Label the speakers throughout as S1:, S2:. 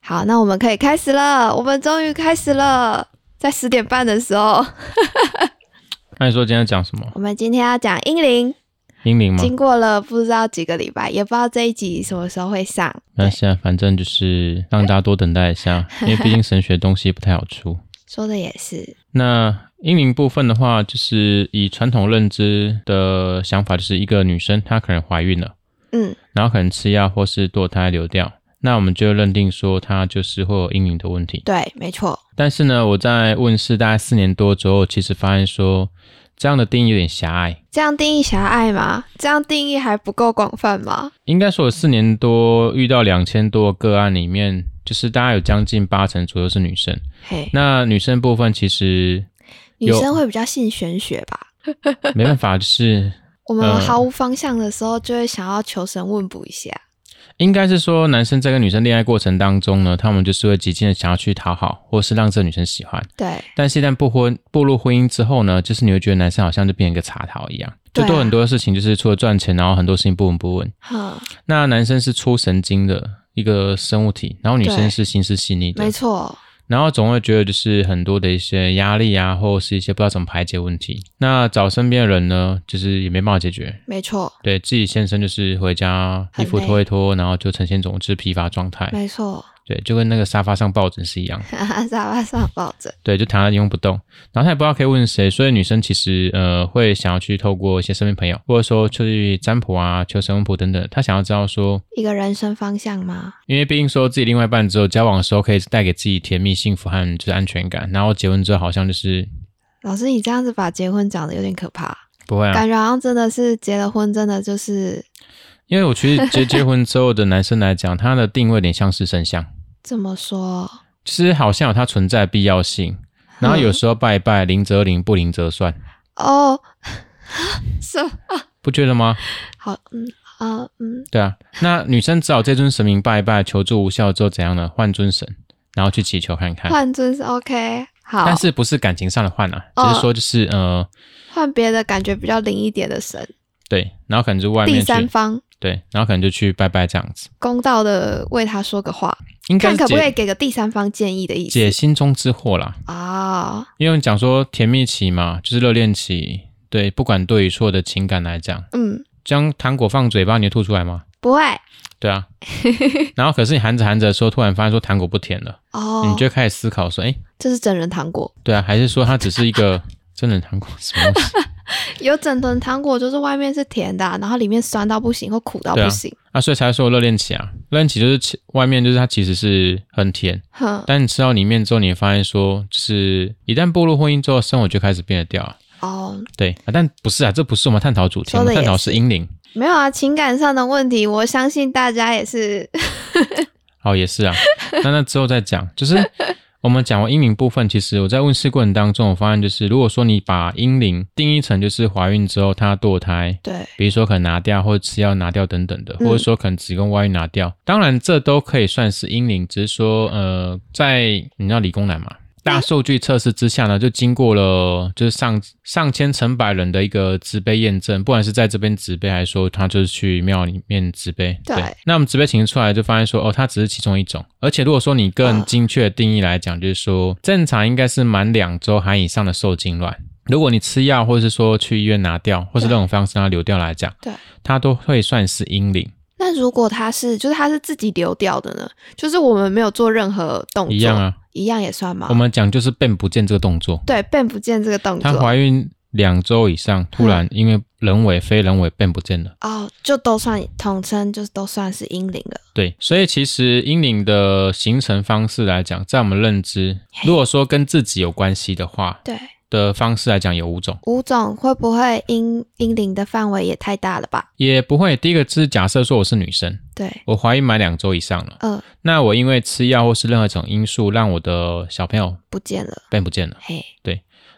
S1: 好，那我们可以开始了，我们终于开始了，在十点半的时候，
S2: 那你说今天要讲什么？
S1: 我们今天要讲英灵。
S2: 英灵吗？
S1: 经过了不知道几个礼拜，也不知道这一集什么时候会上。
S2: 那现在反正就是让大家多等待一下，因为毕竟神学东西不太好出。
S1: 说的也是，
S2: 那英灵部分的话，就是以传统认知的想法，就是一个女生她可能怀孕了，
S1: 嗯，
S2: 然后可能吃药或是堕胎流掉，那我们就认定说她就是会有阴灵的问题。
S1: 对，没错，
S2: 但是呢，我在问世大概四年多之后，其实发现说这样的定义有点狭隘。
S1: 这样定义狭隘吗？这样定义还不够广泛吗？
S2: 应该说，我四年多遇到两千多个案里面，就是大概有将近八成左右是女生。
S1: 嘿，
S2: 那女生部分其实
S1: 女
S2: 有
S1: 生会比较信玄学吧？
S2: 没办法，就是
S1: 我们
S2: 嗯
S1: 毫无方向的时候，就会想要求神问卜一下。
S2: 应该是说，男生在跟女生恋爱过程当中呢，他们就是会极尽的想要去讨好，或是让这女生喜欢。
S1: 对，
S2: 但是，一旦步婚步入婚姻之后呢，就是你会觉得男生好像就变成一个茶桃一样，
S1: 对
S2: 就
S1: 啊
S2: 做很多事情，就是除了赚钱，然后很多事情不闻不问。
S1: 哼，
S2: 那男生是出神经的一个生物体，然后女
S1: 对
S2: 生是心思细腻的
S1: 没，错，
S2: 然后总会觉得就是很多的一些压力啊，或者是一些不知道怎么排解问题。那找身边的人呢，就是也没办法解决，
S1: 没错，
S2: 对自己先生就是回家
S1: 很
S2: 衣服脱一脱，然后就呈现总之疲乏状态，
S1: 没错。
S2: 对，就跟那个沙发上抱枕是一样，
S1: 哈哈，沙发上抱着，
S2: 对，就躺在地方不动，然后他也不知道可以问谁，所以女生其实呃会想要去透过一些身边朋友，或者说去占卜啊、求神问卜等等，她想要知道说，
S1: 一个人生方向吗？
S2: 因为毕竟说自己另外一半之后交往的时候可以带给自己甜蜜、幸福和就是安全感，然后结婚之后好像就是
S1: 老师，你这样子把结婚讲的有点可怕，
S2: 不会啊
S1: 感，觉好像真的是结了婚，真的就是
S2: 因为我其实结结婚之后的男生来讲，他的定位有点像是神像。
S1: 这么说。
S2: 就是好像有它存在的必要性。然后
S1: 嗯
S2: 有时候拜一拜，灵则灵，不灵则算，
S1: 哦，是
S2: 不觉得吗？
S1: 好，嗯啊、嗯，
S2: 对啊，那女生只好这尊神明拜一拜，求助无效之后怎样呢？换尊神，然后去祈求看看。
S1: 换尊是 OK，好，
S2: 嗯但是不是感情上的换啊？
S1: 哦
S2: 只是说就是呃，
S1: 换别的感觉比较灵一点的神，
S2: 对，然后可能就外
S1: 第
S2: 面去，
S1: 三方
S2: 对，然后可能就去拜拜这样子，
S1: 公道的为他说个话，
S2: 应该
S1: 看
S2: 是
S1: 可不可以
S2: 解
S1: 给个第三方建议的意思
S2: 解心中之惑啦。
S1: 啊、哦？
S2: 因为讲说甜蜜期嘛，就是热恋期，对，不管对与错的情感来讲，
S1: 嗯，
S2: 将糖果放嘴巴，你会吐出来吗？
S1: 不会
S2: 对啊，然后可是你含着含着的时候，突然发现说糖果不甜了，
S1: 哦，
S2: 你就开始思考说，哎，
S1: 这是整人糖果，
S2: 对啊，还是说它只是一个真的糖果什 么东西？
S1: 有整人糖果就是外面是甜的啊、然后里面酸到不行或苦到
S2: 对
S1: 不
S2: 啊
S1: 行，
S2: 啊，所以才会说热恋期啊，热恋期就是其外面就是它其实是很甜，
S1: 哼，
S2: 但你吃到里面之后，你会发现说，就是一旦步入婚姻之后，生活就开始变得掉啊。
S1: 哦，
S2: 对啊，但不是啊，这不是我们探讨主题，
S1: 说
S2: 我
S1: 得
S2: 们探
S1: 也
S2: 讨
S1: 是
S2: 是阴灵。
S1: 没有啊，情感上的问题，我相信大家也是，
S2: 哦，也是啊，那那之后再讲。就是我们讲完阴灵部分，其实我在问世过程当中，我发现就是，如果说你把阴灵定义成就是怀孕之后她堕胎，
S1: 对，
S2: 比如说可能拿掉或者吃药拿掉等等的，
S1: 嗯
S2: 或者说可能子宫外孕拿掉，当然这都可以算是阴灵，只是说呃，在你知道理工男嘛。
S1: 嗯
S2: 大数据测试之下呢，就经过了就是上上千成百人的一个植杯验证，不管是在这边植杯，还是说他就是去庙里面植杯。
S1: 对
S2: 那我们植杯情出来就发现说，哦，它只是其中一种。而且如果说你更
S1: 嗯
S2: 精确的定义来讲，就是说正常应该是满两周含以上的受精卵。如果你吃药，或是说去医院拿掉，或是
S1: 对
S2: 这种方式让它流掉来讲，
S1: 对，
S2: 它都会算是阴灵，
S1: 那如果他是，就是他是自己流掉的呢？就是我们没有做任何动作，
S2: 一样，啊。
S1: 一样也算吗
S2: 我？们讲就是变不见这个动作，
S1: 对，变不见这个动
S2: 她
S1: 作嗯
S2: 怀孕两周以上，突然因为人为非人为变不见了。
S1: 哦，就都算统称，就是都算是阴灵了。
S2: 对，所以其实阴灵的形成方式来讲，在我们认知，如果说跟自己有关系的话
S1: 对，
S2: 的方式来讲有五种，
S1: 五种会不会阴阴灵的范围也太大了吧？
S2: 也不会。第一个是假设说我是女生，
S1: 对，
S2: 我怀孕满两周以上了，
S1: 呃，
S2: 那我因为吃药或是任何一种因素，让我的小朋友
S1: 不见了，
S2: 变不见了。
S1: 嘿，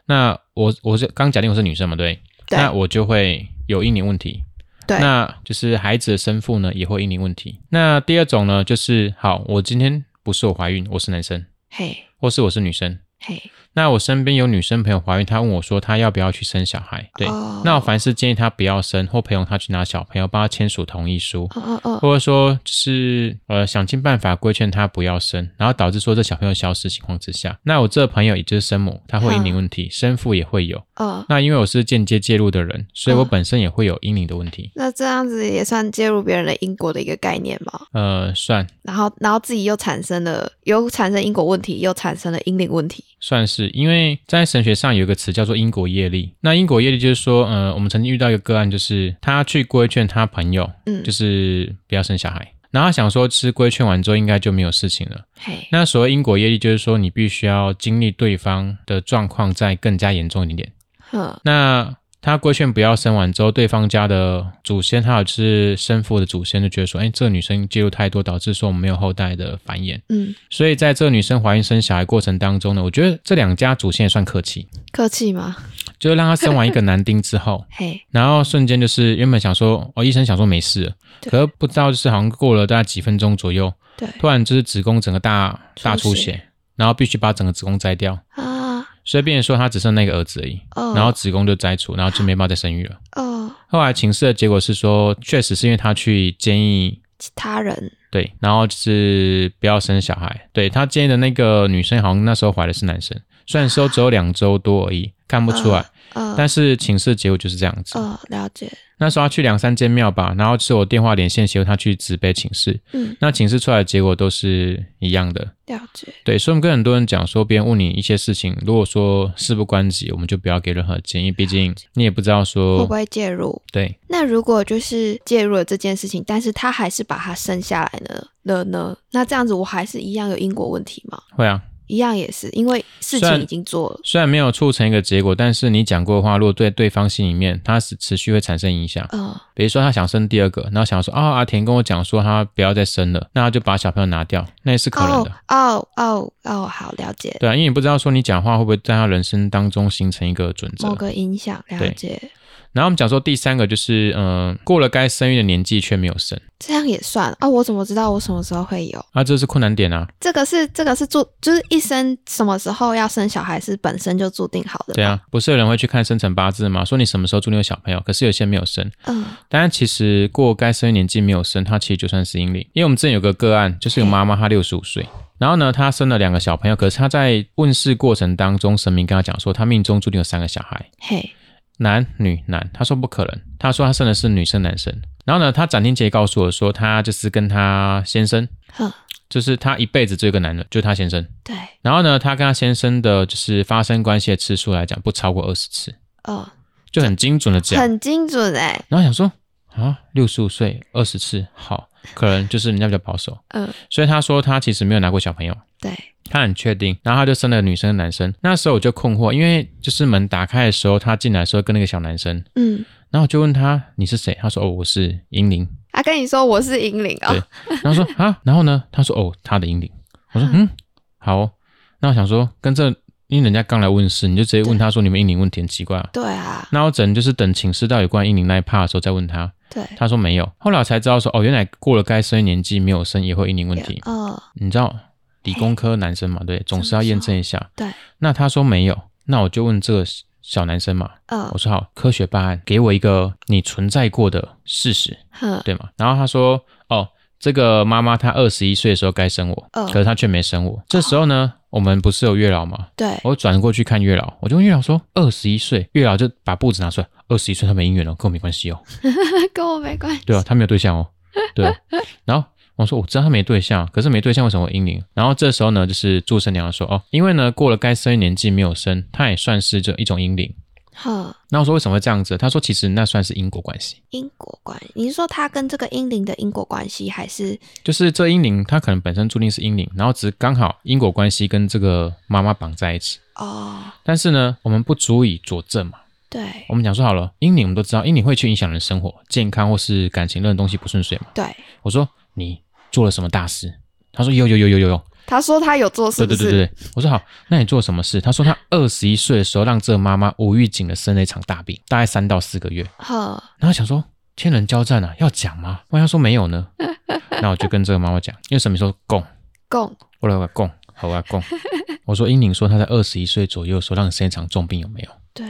S2: 那我我是刚假定我是女生嘛，对，
S1: 对
S2: 那我就会有阴灵问题。
S1: 对
S2: 那就是孩子的生父呢也会阴灵问题。那第二种呢，就是好，我今天不是我怀孕，我是男生，
S1: 嘿，
S2: 或是我是女生，
S1: 嘿，
S2: 那我身边有女生朋友怀孕，她问我说她要不要去生小孩，对，
S1: 哦
S2: 那我凡事建议她不要生，或陪同她去拿小朋友，帮她签署同意书。
S1: 哦哦哦，
S2: 或者说是呃想尽办法规劝他不要生，然后导致说这小朋友消失情况之下，那我这朋友也就是生母，她会
S1: 嗯
S2: 阴龄问题，生父也会有。
S1: 哦，
S2: 那因为我是间接介入的人，所以我
S1: 嗯
S2: 本身也会有阴龄的问题。
S1: 那这样子也算介入别人的因果的一个概念嘛？
S2: 呃，算
S1: 然后，然后自己又产生了，又产生因果问题，又产生了因领问题。
S2: 算是，因为在神学上有一个词叫做因果业力。那因果业力就是说，呃，我们曾经遇到一个个案，就是他去规劝他朋友，
S1: 嗯
S2: 就是不要生小孩。然后他想说，其实规劝完之后应该就没有事情了。
S1: 嘿，
S2: 那所谓因果业力，就是说你必须要经历对方的状况再更加严重一点点。
S1: 哼，
S2: 那他规劝不要生完之后，对方家的祖先还有就是生父的祖先就觉得说，哎，这个女生介入太多，导致说我们没有后代的繁衍。
S1: 嗯，
S2: 所以在这个女生怀孕生小孩过程当中呢，我觉得这两家祖先也算客气，
S1: 客气吗？，
S2: 就是让她生完一个男丁之后
S1: 嘿，
S2: 然后瞬间就是原本想说，哦，医生想说没事了，
S1: 对
S2: 可是不知道就是好像过了大概几分钟左右，
S1: 对
S2: 突然就是子宫整个大大
S1: 出
S2: 出
S1: 血
S2: 血，然后必须把整个子宫摘掉，
S1: 啊，
S2: 所以变成说她只剩那个儿子而已，
S1: 哦，
S2: 然后子宫就摘除，然后就没办法再生育了。
S1: 哦，
S2: 后来情势的结果是说，确实是因为她去建议
S1: 其他人
S2: 对，然后就是不要生小孩。对他建议的那个女生，好像那时候怀的是男生，虽然说只有两周多而已，看不出来，
S1: 呃
S2: 但是情势结果就是这样子。
S1: 呃，了解，
S2: 那时候他去两三间庙吧，然后是我电话连线协助他去指北请示，
S1: 嗯，
S2: 那请示出来的结果都是一样的。
S1: 了解，
S2: 对，所以我们跟很多人讲说，别人问你一些事情，如果说事不关己，我们就不要给任何建议，毕竟你也不知道
S1: 会
S2: 说
S1: 不会介入？
S2: 对。
S1: 那如果就是介入了这件事情，但是他还是把他生下来呢了呢？那这样子我还是一样有因果问题吗？
S2: 会啊，
S1: 一样也是，因为事
S2: 虽
S1: 情
S2: 然
S1: 已经做了，
S2: 虽然没有促成一个结果，但是你讲过的话，如果对对方心里面，他是持续会产生影响。
S1: 嗯
S2: 比如说他想生第二个，然后想说啊、阿田跟我讲说他不要再生了，那他就把小朋友拿掉，那也是可能
S1: 哦
S2: 的。
S1: 哦哦哦，好了解，
S2: 对啊，因为你不知道说你讲话会不会在他人生当中形成一个准则
S1: 某。个影响了
S2: 对
S1: 解，
S2: 然后我们讲说第三个就是，嗯、过了该生育的年纪却没有生，
S1: 这样也算啊、我怎么知道我什么时候会有？
S2: 啊，这是困难点啊。
S1: 这个是这个是注，就是一生什么时候要生小孩是本身就注定好的。
S2: 对，啊，不是有人会去看生辰八字吗？说你什么时候注定有小朋友，可是有些没有生。
S1: 嗯
S2: 当然，其实过该生育年纪没有生，她其实就算是阴龄。因为我们之前有个个案，就是有妈妈，她六十五岁，然后呢，她生了两个小朋友，可是她在问世过程当中，神明跟她讲说，她命中注定有三个小孩，
S1: 嘿，
S2: 男女男，她说不可能，她说她生的是女生男生。然后呢，她展天杰告诉我说，她就是跟她先生，
S1: 哼，
S2: 就是她一辈子只有一个男人，就是她先生。
S1: 对，
S2: 然后呢，她跟她先生的就是发生关系的次数来讲，不超过二十次，
S1: 哦，
S2: 就很精准的讲。
S1: 很精准哎、
S2: 然后想说啊，六十五岁二十次，好，可能就是人家比较保守，
S1: 嗯，
S2: 所以他说他其实没有拿过小朋友，
S1: 对，
S2: 他很确定，然后他就生了女生男生。那时候我就困惑，因为就是门打开的时候，他进来的时候跟那个小男生，
S1: 嗯，
S2: 然后我就问他你是谁，他说哦我是 英灵，
S1: 他跟你说我是银铃啊
S2: 对，然后说啊，然后呢，他说哦他的英灵，我说嗯好哦、那我想说跟这因为人家刚来问世，你就直接问他说你们英灵问题很奇怪、啊。
S1: 对啊，
S2: 那我整就是等请示到有关英灵那一趴的时候再问他，
S1: 对，
S2: 他说没有，后来我才知道说，哦，原来过了该生的年纪没有生也会有阴哦哎龄问题。
S1: 呃，
S2: 你知道理工科男生嘛，对，总是要验证一下。
S1: 对，
S2: 那他说没有，那我就问这个小男生嘛，
S1: 呃
S2: 我，说好，科学办案，给我一个你存在过的事实，
S1: 哼，
S2: 对吗？然后他说，哦，这个妈妈她二十一岁的时候该生我，
S1: 嗯
S2: 可是她却没生我。这时候呢，我们不是有月老吗？
S1: 对，
S2: 我转过去看月老，我就问月老说：“二十一岁。”月老就把簿子拿出来，二十一岁他没姻缘了，跟我没关系哦。
S1: 跟我没 关系，
S2: 对啊，他没有对象哦。对啊，然后我说我知道他没对象，可是没对象为什么会阴灵？然后这时候呢，就是祝生娘说哦，因为呢过了该生的年纪没有生，他也算是这一种阴灵。
S1: 哼，
S2: 那我说为什么会这样子？他说其实那算是因果关系，
S1: 因果关系，你是说他跟这个英灵的因果关系，还是
S2: 就是这阴灵他可能本身注定是阴灵，然后只是刚好因果关系跟这个妈妈绑在一起。
S1: 哦，
S2: 但是呢，我们不足以佐证嘛。
S1: 对
S2: 我们讲说好了，阴灵我们都知道，阴灵会去影响人生活、健康或是感情，任何东西不顺遂嘛。
S1: 对，
S2: 我说你做了什么大事？他说有有有有有有，
S1: 他说他有做是不
S2: 对对
S1: 是？
S2: 对对，对我说好，那你做了什么事？他说他二十一岁的时候让这个妈妈无预警的生了一场大病，大概三到四个月。
S1: 哼，
S2: 然后想说天人交战啊，要啊讲吗？ 万一他说没有呢？那我就跟这个妈妈讲，因为神明说供，
S1: 共
S2: 我来我供，好我来供。我说英玲说她在二十一岁左右的时候让你生一场重病有没有？
S1: 对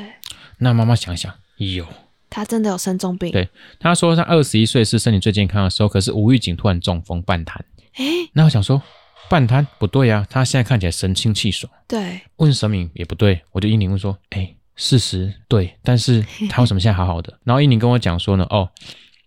S2: 那妈妈想想有，
S1: 他真的有生重病
S2: 对。她说她二十一岁是身体最健康的时候，可是吴玉景突然中风半瘫。
S1: 哎，
S2: 那我想说半瘫不对啊，她现在看起来神清气爽。
S1: 对，
S2: 问神明也不对，我就英玲问说，哎，事实对，但是他为什么现在好好的？然后英玲跟我讲说呢，哦，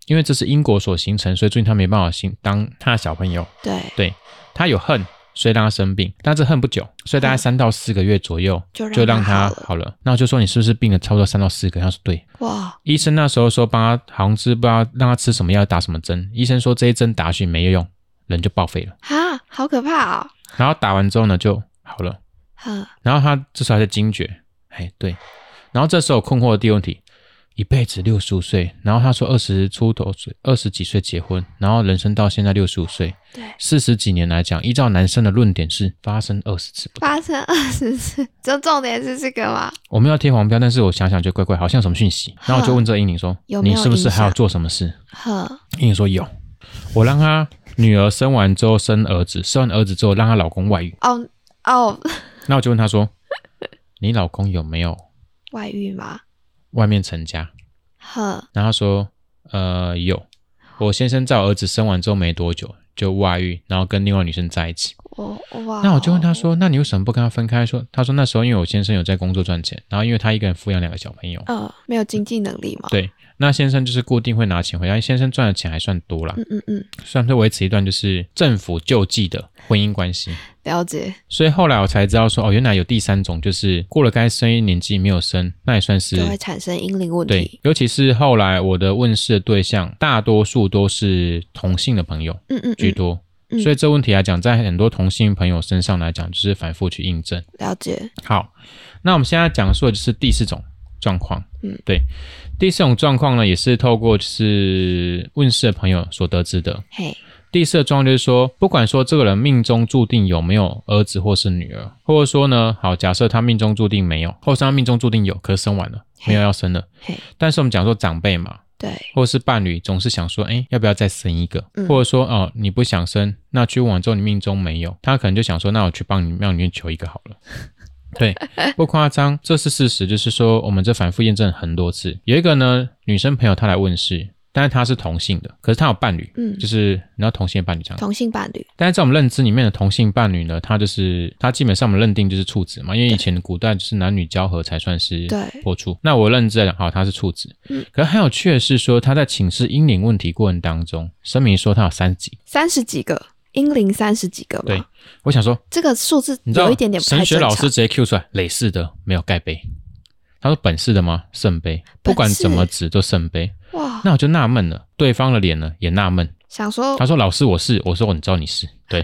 S2: 因为这是因果所形成，所以最近他没办法行当他的小朋友，
S1: 对，
S2: 对他有恨，所以让他生病，但这恨不久，所以大概
S1: 嗯
S2: 三到四个月左右
S1: 就让
S2: 就让
S1: 他好
S2: 他
S1: 了
S2: 好了。那我就说你是不是病了差不多三到四个月？他说对。
S1: 哇，
S2: 医生那时候说帮他好像是不知道让他吃什么药打什么针，医生说这一针打下去没有用，人就报废了。
S1: 哈，好可怕哦。
S2: 然后打完之后呢就好了，
S1: 哼，
S2: 然后他这时候还在惊觉，哎对，然后这时候困惑的第一个问题，一辈子六十五岁，然后他说二十出头岁二十几岁结婚，然后人生到现在六十五岁，
S1: 对，
S2: 四十几年来讲，依照男生的论点是发生二十次不到。
S1: 发生二十次， 就重点是这个 嘛？
S2: 我们要贴黄标，但是我想想就怪怪，好像有什么讯息。然后我就问这英玲说：“
S1: 有没有
S2: 你是不是还
S1: 影
S2: 要
S1: 响
S2: 做什么事
S1: 哼，？”
S2: 英玲说：“有。”我让她女儿生完之后生儿子，生完儿子之后让她老公外遇。
S1: 哦哦，
S2: 那我就问她说：“ 你老公有没有
S1: 外遇吗？
S2: 外面成家？”
S1: 哼，
S2: 然后她说：“呃，有。我先生在我儿子生完之后没多久就外遇，然后跟另外女生在一起。”
S1: 我哇，
S2: 那我就问他，说：“那你为什么不跟他分开？”说，他说那时候因为我先生有在工作赚钱，然后因为他一个人抚养两个小朋友，
S1: 呃，没有经济能力吗？
S2: 对，那先生就是固定会拿钱回来，先生赚的钱还算多啦，
S1: 嗯嗯嗯，
S2: 算是维持一段就是政府救济的婚姻关系。
S1: 了解，
S2: 所以后来我才知道说，哦，原来有第三种，就是过了该生育年纪没有生，那也算是
S1: 就会产生阴灵问
S2: 对
S1: 题。。
S2: 尤其是后来我的问世的对象，大多数都是同性的朋友
S1: 嗯嗯嗯，
S2: 居多。
S1: 嗯
S2: 所以这问题来讲，在很多同性朋友身上来讲，就是反复去印证。
S1: 了解，
S2: 好，那我们现在讲述的就是第四种状况。
S1: 嗯，
S2: 对，第四种状况呢，也是透过就是问世的朋友所得知的。
S1: 嘿，
S2: 第四个状况就是说，不管说这个人命中注定有没有儿子或是女儿，或者说呢，好，假设他命中注定没有，或是他命中注定有，可是生完了没有要生了
S1: 嘿。
S2: 但是我们讲说长辈嘛，
S1: 对，
S2: 或是伴侣总是想说，哎，要不要再生一个？
S1: 嗯
S2: 或者说，哦，你不想生，那去问完之后你命中没有，他可能就想说，那我去帮你让你去求一个好了。 对，不夸张，这是事实，就是说我们这反复验证很多次。有一个呢，女生朋友她来问世，但是她是同性的，可是她有伴侣，
S1: 嗯
S2: 就是你知道同性的伴侣这样。
S1: 同性伴侣，
S2: 但是在我们认知里面的同性伴侣呢，他就是他基本上我们认定就是处子嘛，因为以前的古代就是男女交合才算是
S1: 对
S2: 破处。那我认知来讲，好，他是处子。
S1: 嗯
S2: 可是很有趣的是说，他在请示英灵问题过程当中，声明说他有三级。
S1: 三十几个阴灵，三十几个
S2: 对
S1: 嘛，
S2: 我想说，
S1: 这个数字
S2: 你知道
S1: 有一点点不太
S2: 神学
S1: 正
S2: 老
S1: 常
S2: 师直。接 Q 出来，累世的没有盖杯。他说本世的吗？圣杯，不管
S1: 本世
S2: 怎么指都圣杯。
S1: 哇，
S2: 那我就纳闷了，对方的脸呢也纳闷。
S1: 想说
S2: 他，说老师我是，我说我知道你是， 对，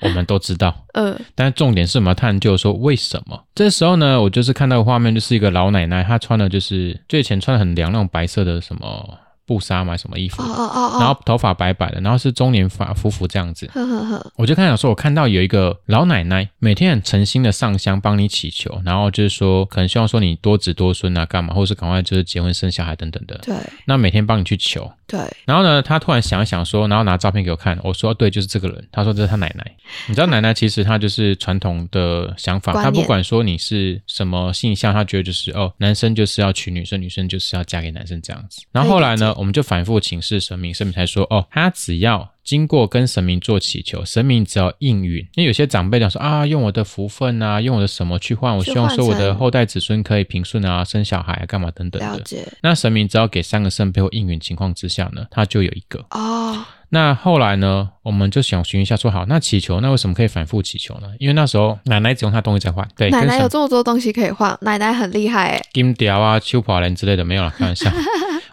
S2: 我们都知道。
S1: 呃，
S2: 但是重点是我们要探究说为什么。这时候呢，我就是看到的画面就是一个老奶奶，她穿的就是最前穿的很凉那种白色的什么布纱嘛，什么衣服，
S1: 哦哦哦哦，
S2: 然后头发白白的，然后是中年发夫妇这样子。
S1: 呵呵呵，
S2: 我就看到说，我看到有一个老奶奶每天很诚心的上香帮你祈求，然后就是说可能希望说你多子多孙啊，干嘛，或是赶快就是结婚生小孩等等的。
S1: 对
S2: 那每天帮你去求，
S1: 对，
S2: 然后呢，他突然想一想说，然后拿照片给我看，我说哦对，就是这个人。他说这是他奶奶。你知道奶奶其实她就是传统的想法，
S1: 观
S2: 她
S1: 念
S2: 不管说你是什么性向，她觉得就是哦，男生就是要娶女生，女生就是要嫁给男生这样子。然后后来呢，我们就反复请示神明，神明才说哦，他只要。经过跟神明做祈求，神明只要应允，因为有些长辈讲说啊，用我的福分啊，用我的什么去换，我
S1: 去
S2: 希望
S1: 换
S2: 说我的
S1: 成
S2: 后代子孙可以平顺啊，生小孩啊，干嘛等等的
S1: 了。解
S2: 那神明只要给三个圣杯或应允情况之下呢，他就有一个。
S1: 哦，
S2: 那后来呢，我们就想询一下说，好，那祈求，那为什么可以反复祈求呢？因为那时候奶奶只用她东西在换，对，
S1: 奶奶
S2: 跟
S1: 有
S2: 神
S1: 这么多东西可以换，奶奶很厉害哎，
S2: 金条啊、秋跑人之类的没有了，开 玩笑。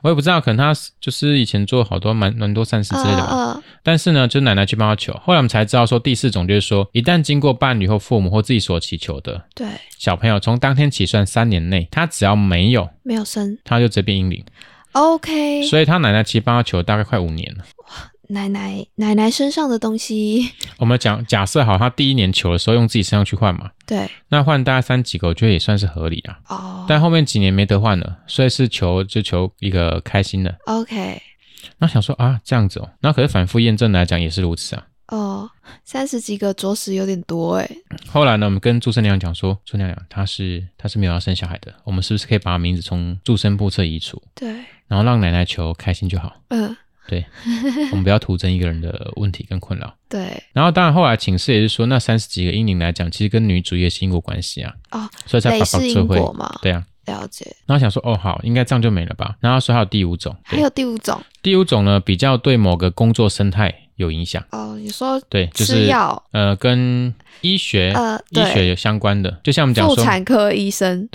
S2: 我也不知道，可能她就是以前做好多蛮蛮多善事之类的吧。
S1: 嗯嗯
S2: 但是呢，就是奶奶去帮她求。后来我们才知道说，第四种就是说，一旦经过伴侣或父母或自己所祈求的
S1: 对，
S2: 小朋友，从当天起算三年内，他只要没有，
S1: 没有生
S2: 他就直接变阴灵。
S1: ，OK，
S2: 所以他奶奶其实帮他求大概快五年了。
S1: 奶奶奶奶身上的东西，
S2: 我们讲假设好，他第一年求的时候用自己身上去换嘛，
S1: 对
S2: 那换大概三几个，我觉得也算是合理啊。
S1: 哦
S2: 但后面几年没得换了，所以是求就求一个开心的。
S1: ，OK，
S2: 那想说啊，这样子哦，那可是反复验证来讲也是如此啊。
S1: 哦，三十几个着实有点多哎，
S2: 后来呢，我们跟祝生娘讲说，祝生娘她啊是她是没有要生小孩的，我们是不是可以把她名字从祝生簿册移除，
S1: 对，
S2: 然后让奶奶求开心就好？
S1: 嗯，
S2: 对，我们不要徒增一个人的问题跟困扰。
S1: 对，
S2: 然后当然后来请示也是说，那三十几个英灵来讲，其实跟女主也是因果关系啊，
S1: 哦，
S2: 所以才把
S1: 类
S2: 把
S1: 似
S2: 这
S1: 因
S2: 会
S1: 果嘛，
S2: 对啊。
S1: 了解。
S2: 然后想说，哦好，应该这样就没了吧。然后说还有第五种，
S1: 还
S2: 对，
S1: 有第五种
S2: 第五种呢比较对某个工作生态有影响，
S1: 哦，你说
S2: 对，就
S1: 吃
S2: 是
S1: 药，
S2: 呃跟医学、
S1: 呃，
S2: 医学
S1: 对，
S2: 有相关的，就像我们讲
S1: 妇
S2: 说，
S1: 产科医生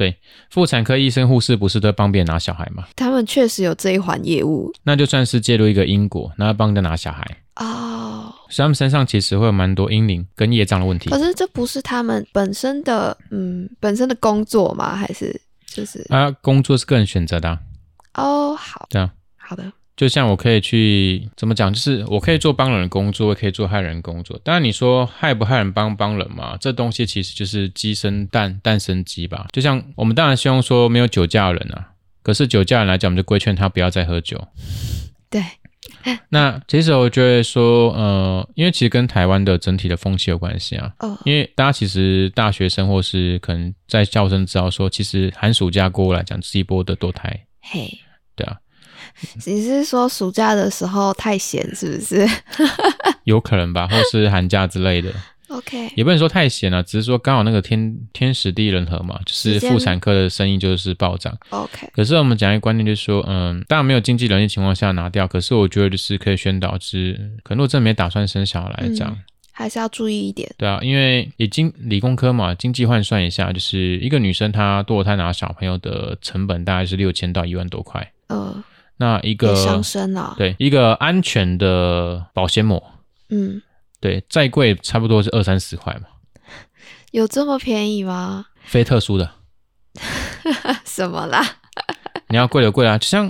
S2: 妇产科医生护士不是都帮别人拿小孩嘛，
S1: 他们确实有这一环业务
S2: 那就算是介入一个因果，那帮着拿小孩，
S1: 哦。
S2: 所以他们身上其实会有蛮多阴灵跟业障的问题
S1: 可。是这不是他们本身的，嗯，本身的工作吗？还是就是
S2: 啊，工作是个人选择的啊、
S1: 哦，好，
S2: 对啊，
S1: 好的，
S2: 就像我可以去怎么讲，就是我可以做帮人的工作，我也可以做害人的工作。当然你说害不害人帮帮人嘛，这东西其实就是鸡生蛋，蛋生鸡吧。就像我们当然希望说没有酒驾的人啊，可是酒驾的人来讲，我们就规劝他不要再喝酒。
S1: 对，
S2: 那其实我觉得说，呃，因为其实跟台湾的整体的风气有关系啊。
S1: 哦，
S2: 因为大家其实大学生或是可能在校生知道说，其实寒暑假过后来讲是一波的堕胎，
S1: 嘿，
S2: 对啊，
S1: 你是说暑假的时候太闲是不是
S2: 有可能吧，或是寒假之类的，
S1: ？OK，
S2: 也不能说太闲了、只是说刚好那个天天时地利人和嘛，就是
S1: 时间
S2: 妇产科的生意就是暴涨。
S1: OK，
S2: 可是我们讲一个观念，就是说，嗯，当然没有经济能力情况下拿掉，可是我觉得就是可以宣导，就是可能如果真的没打算生小孩来讲，
S1: 嗯还是要注意一点。
S2: 对啊，因为以经理工科嘛，经济换算一下，就是一个女生她堕胎拿小朋友的成本大概是六千到一万多块。
S1: 呃，
S2: 那一
S1: 也
S2: 个
S1: 伤身啊了。
S2: 对一个安全的保鲜膜，
S1: 嗯，
S2: 对，再贵差不多是二三十块嘛，
S1: 有这么便宜吗？
S2: 非特殊的，
S1: 什么啦？
S2: 你要贵的贵啊，就像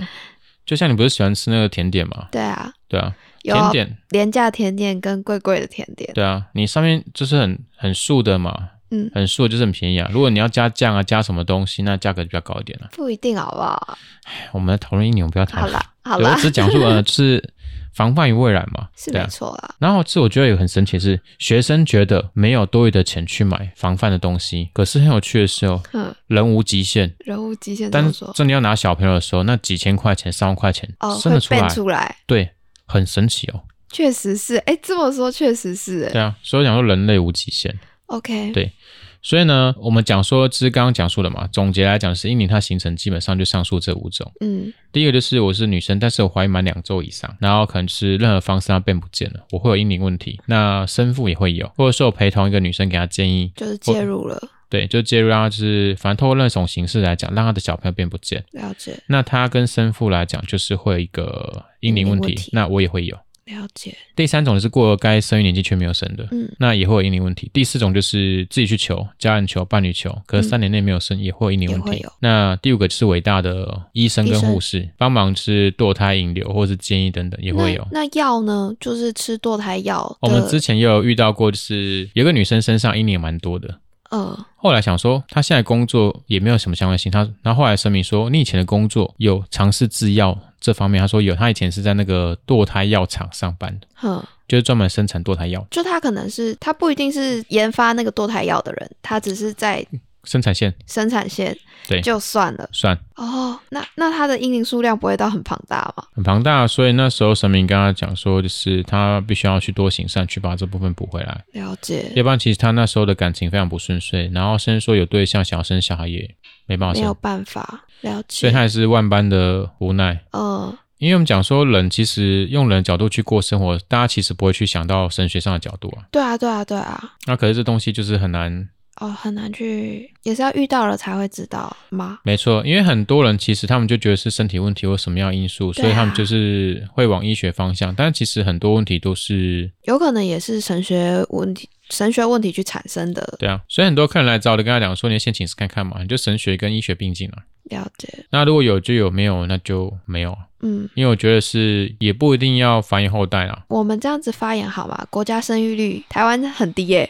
S2: 就像你不是喜欢吃那个甜点嘛，
S1: 对啊，
S2: 对啊，
S1: 有
S2: 甜点，
S1: 廉价甜点跟贵贵的甜点。
S2: 对啊，你上面就是很很素的嘛，
S1: 嗯，
S2: 很素的就是很便宜啊。如果你要加酱啊，加什么东西，那价格就比较高一点了、
S1: 不一定好不好？
S2: 哎我们来讨论一年，我们不要
S1: 好
S2: 讨论。
S1: 啦，好
S2: 对，我
S1: 啦，
S2: 只讲述呃，就是防范于未然嘛，
S1: 是没
S2: 对啊。
S1: 错啦。
S2: 然后是我觉得有很神奇的是，学生觉得没有多余的钱去买防范的东西，可是很有趣的是哦，
S1: 嗯，
S2: 人无极限。
S1: 人物极限怎
S2: 但
S1: 么
S2: 是
S1: 说？
S2: 真的要拿小朋友的时候，那几千块钱、三万块钱
S1: 哦，会
S2: 生得出来，
S1: 变出来，
S2: 对，很神奇哦。
S1: 确实是。哎，这么说确实是。哎
S2: 对啊，所以我讲说人类无极限。
S1: OK，
S2: 对所以呢，我们讲说，就是刚刚讲述的嘛。总结来讲，是印尼它形成基本上就上述这五种。
S1: 嗯，
S2: 第一个就是我是女生，但是我怀孕满两周以上，然后可能是任何方式它变不见了，我会有阴灵问题，那生父也会有，或者说我陪同一个女生给她建议，
S1: 就是介入了，
S2: 对，就介入让她就是反正透过那种形式来讲，让她的小朋友变不见。
S1: 了解，
S2: 那她跟生父来讲，就是会有一个阴灵问
S1: 阴灵问
S2: 题，
S1: 题
S2: 那我也会有。
S1: 了解。
S2: 第三种就是过了该生育年纪却没有生的，
S1: 嗯
S2: 那也会有阴灵问题。第四种就是自己去求，家人求，伴侣求，可是三年内没有生，也会有阴灵
S1: 嗯
S2: 问
S1: 也会
S2: 题
S1: 有。
S2: 那第五个就是伟大的医生跟护士，帮忙是堕胎引流或是建议等等，也会有。
S1: 那那药呢？就是吃堕胎药的。
S2: 我们之前也有遇到过，就是有个女生身上阴灵也蛮多的。
S1: 呃，
S2: 后来想说，她现在工作也没有什么相关性。她，然后后来声明说，你以前的工作有尝试制药这方面，她说有，她以前是在那个堕胎药厂上班，
S1: 哼，
S2: 就是专门生产堕胎药。
S1: 就他可能是他不一定是研发那个堕胎药的人，他只是在
S2: 生产线
S1: 生产线，
S2: 嗯对
S1: 就算了。
S2: 算
S1: 哦，那那他的阴灵数量不会到很庞大吗？
S2: 很庞大，所以那时候神明跟他讲说，就是他必须要去多行善，去把这部分补回来，
S1: 了解，
S2: 要不然其实他那时候的感情非常不顺遂，然后甚至说有对象想要生小孩也没办法
S1: 没有
S2: 生，
S1: 办法了
S2: 所以
S1: 解
S2: 他。也是万般的无奈。
S1: 嗯，
S2: 因为我们讲说人其实用人的角度去过生活，大家其实不会去想到神学上的角度啊。
S1: 对啊，对啊，对啊。
S2: 那可是这东西就是很难，
S1: 哦，很难去，也是要遇到了才会知道吗？
S2: 没错，因为很多人其实他们就觉得是身体问题或什么样的因素，所以他们
S1: 对啊
S2: 就是会往医学方向，但其实很多问题都是
S1: 有可能也是神学问题，神学问题去产生的。
S2: 对啊，所以很多客人来找我，就跟他讲说，你先请示看看嘛，你就神学跟医学并进了、
S1: 了解，
S2: 那如果有就有，没有那就没有啊。
S1: 嗯，
S2: 因为我觉得是也不一定要繁衍后代啦，
S1: 我们这样子发言好吗？国家生育率台湾很低耶、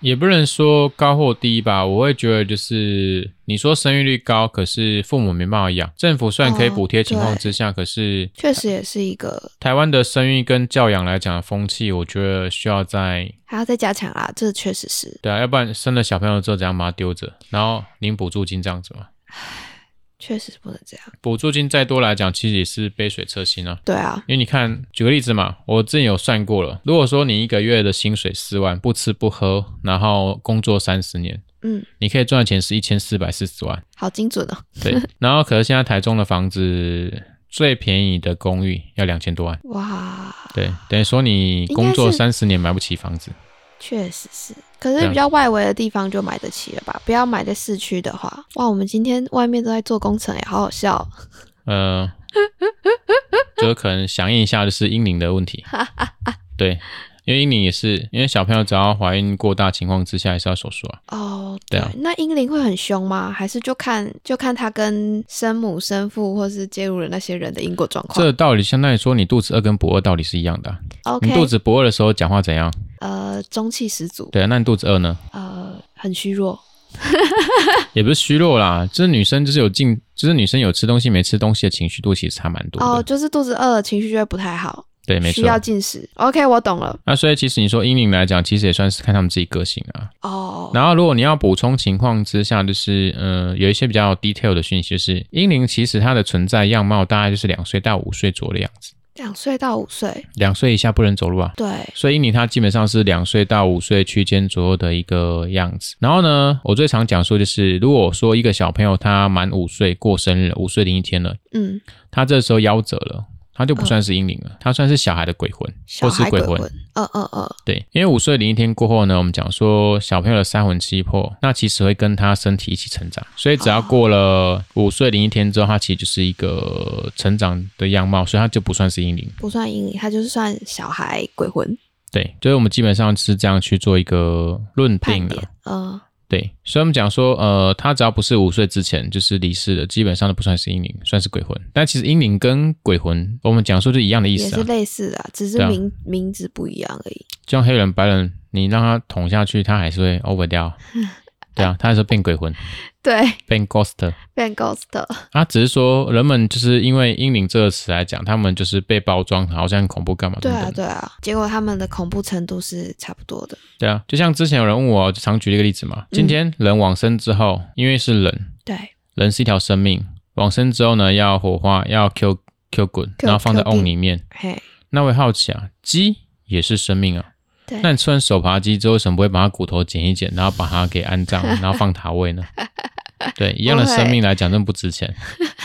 S2: 也不能说高或低吧。我会觉得就是你说生育率高，可是父母没办法养，政府虽然可以
S1: 哦
S2: 补贴情况
S1: 对
S2: 之下，可是
S1: 确实也是一个
S2: 台湾的生育跟教养来讲的风气，我觉得需要在
S1: 还要再加强啦，这确实是
S2: 对啊，要不然生了小朋友之后怎样把他丢着，然后领补助金这样子嘛？
S1: 确实不能这样。
S2: 补助金再多来讲，其实也是杯水车薪啊。
S1: 对啊，
S2: 因为你看，举个例子嘛，我之前有算过了，如果说你一个月的薪水四万，不吃不喝，然后工作三十年，
S1: 嗯，
S2: 你可以赚的钱是一千四百四十万，
S1: 好精准哦。
S2: 对。然后可是现在台中的房子最便宜的公寓要两千多万，
S1: 哇，
S2: 对，等于说你
S1: 该
S2: 工作
S1: 是
S2: 三十年买不起房子，
S1: 确实是。可
S2: 对
S1: 是
S2: 啊
S1: 比较外围的地方就买得起了吧？不要买在市区的话，哇，我们今天外面都在做工程哎，好好笑哦、
S2: 呃，就可能响应一下就是英龄的问题，对。因为英龄也是，因为小朋友只要怀孕过大情况之下，还是要手术啊。
S1: 哦，
S2: 对啊
S1: 那英灵会很凶吗？还是就看就看他跟生母、生父或是介入的那些人的因果状况
S2: 这道理相当于说，你肚子饿跟不饿道理是一样的啊、你肚
S1: ？OK，
S2: 子不饿的时候讲话怎样？
S1: 呃，中气十足，
S2: 对啊，那你肚子饿呢？
S1: 呃，很虚弱，
S2: 也不是虚弱啦，就是女生就是有进，就是女生有吃东西没吃东西的情绪度其实差蛮多的。
S1: 哦，就是肚子饿了，情绪就会不太好，
S2: 对，没
S1: 需
S2: 错。
S1: 要进食。OK，我懂了。
S2: 那所以其实你说阴龄来讲，其实也算是看他们自己个性啊。
S1: 哦，
S2: 然后如果你要补充情况之下，就是呃有一些比较 detail 的讯息，就是阴龄其实它的存在样貌大概就是两岁到五岁左右的样子，
S1: 两岁到五岁，
S2: 两岁以下不能走路啊。
S1: 对，
S2: 所以英灵它基本上是两岁到五岁区间左右的一个样子。然后呢，我最常讲说就是，如果说一个小朋友他满五岁过生日了，五岁零一天了，
S1: 嗯，
S2: 他这时候夭折了。他就不算是英灵了，他算是小孩的鬼魂，
S1: 小
S2: 或是
S1: 孩
S2: 鬼
S1: 鬼
S2: 魂。，
S1: 嗯嗯嗯，
S2: 对，因为五岁零一天过后呢，我们讲说小朋友的三魂七魄，那其实会跟他身体一起成长，所以只要过了五岁零一天之后，他其实就是一个成长的样貌，所以他就不算是英灵。
S1: 不算阴灵，他就是算小孩鬼魂
S2: 对，所以我们基本上是这样去做一个论定
S1: 判
S2: 啊了。
S1: 点，嗯，
S2: 对，所以我们讲说，呃，他只要不是五岁之前就是离世的，基本上都不算是英灵，算是鬼魂。但其实英灵跟鬼魂，我们讲说就一样的意
S1: 也
S2: 思
S1: 是
S2: 啊，
S1: 类似的啊，只是
S2: 对啊
S1: 名名字不一样而已。
S2: 就像黑人、白人，你让他捅下去，他还是会 over 掉， 对啊，他还是会变鬼魂，
S1: 对，
S2: 变 ghost
S1: 变 ghost 的
S2: 啊。只是说人们就是因为英灵这个词来讲，他们就是被包装好像很恐怖干嘛
S1: 对
S2: 等
S1: 啊，
S2: 等，
S1: 对啊，结果他们的恐怖程度是差不多的。
S2: 对啊。就像之前有人问我，就常举了一个例子嘛，
S1: 嗯
S2: 今天人往生之后，因为是人，
S1: 对，
S2: 人是一条生命，往生之后呢，要火化，要 Q Q 滚，
S1: Q-
S2: 然后放在
S1: Q 定
S2: on 里面。
S1: 嘿，
S2: 那我也好奇啊，鸡也是生命啊，
S1: 对
S2: 那你吃完手扒鸡之后，为什么不会把它骨头剪一剪，然后把它给安 葬，然后放塔位呢？对，一样的
S1: 不会
S2: 生命来讲，真的不值钱。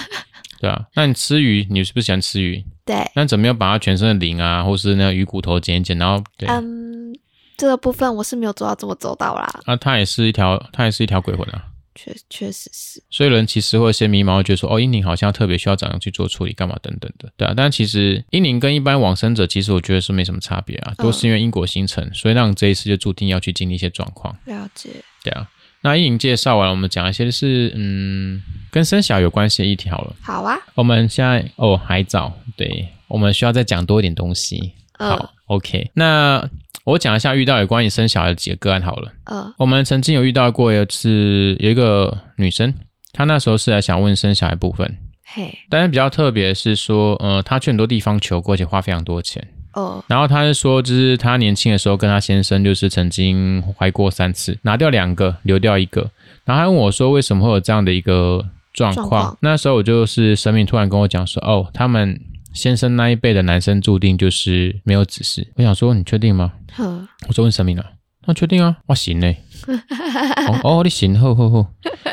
S2: 对啊，那你吃鱼，你是不是喜欢吃鱼？
S1: 对，
S2: 那怎么样把它全身的鳞啊，或是那个鱼骨头剪一剪，然后对、
S1: 嗯，这个部分我是没有做到这么周到啦，
S2: 啊，它也是一条，它也是一条鬼魂啊。
S1: 确确实是，
S2: 所以人其实会有些迷茫，会觉得说哦，英灵好像特别需要怎样去做处理，干嘛等等的，对啊。但其实英灵跟一般往生者，其实我觉得是没什么差别啊，
S1: 嗯
S2: 都是因为因果形成，所以让你这一世就注定要去经历一些状况，
S1: 了解。
S2: 对啊。那英灵介绍完了，我们讲一些就是嗯跟生小有关系的议题好了。
S1: 好啊，
S2: 我们现在哦还早，对我们需要再讲多一点东西。
S1: 嗯
S2: 好、o k 那我讲一下遇到有关于生小孩的几个个案好了。
S1: 嗯
S2: 我们曾经有遇到过一次，有一个女生，她那时候是来想问生小孩部分，
S1: 嘿，
S2: 但是比较特别的是说，呃，她去很多地方求过，而且花非常多钱。
S1: 哦，
S2: 然后她是说，就是她年轻的时候跟她先生就是曾经怀过三次，拿掉两个，留掉一个。然后她问我说，为什么会有这样的一个状
S1: 状
S2: 况？
S1: 况
S2: 那时候我就是神明突然跟我讲说，哦，他们先生那一辈的男生注定就是没有子嗣。我想说，你确定吗？
S1: 哼，
S2: 我就问神明了，那确定啊？哇，行嘞。哦哦，你行，好好好。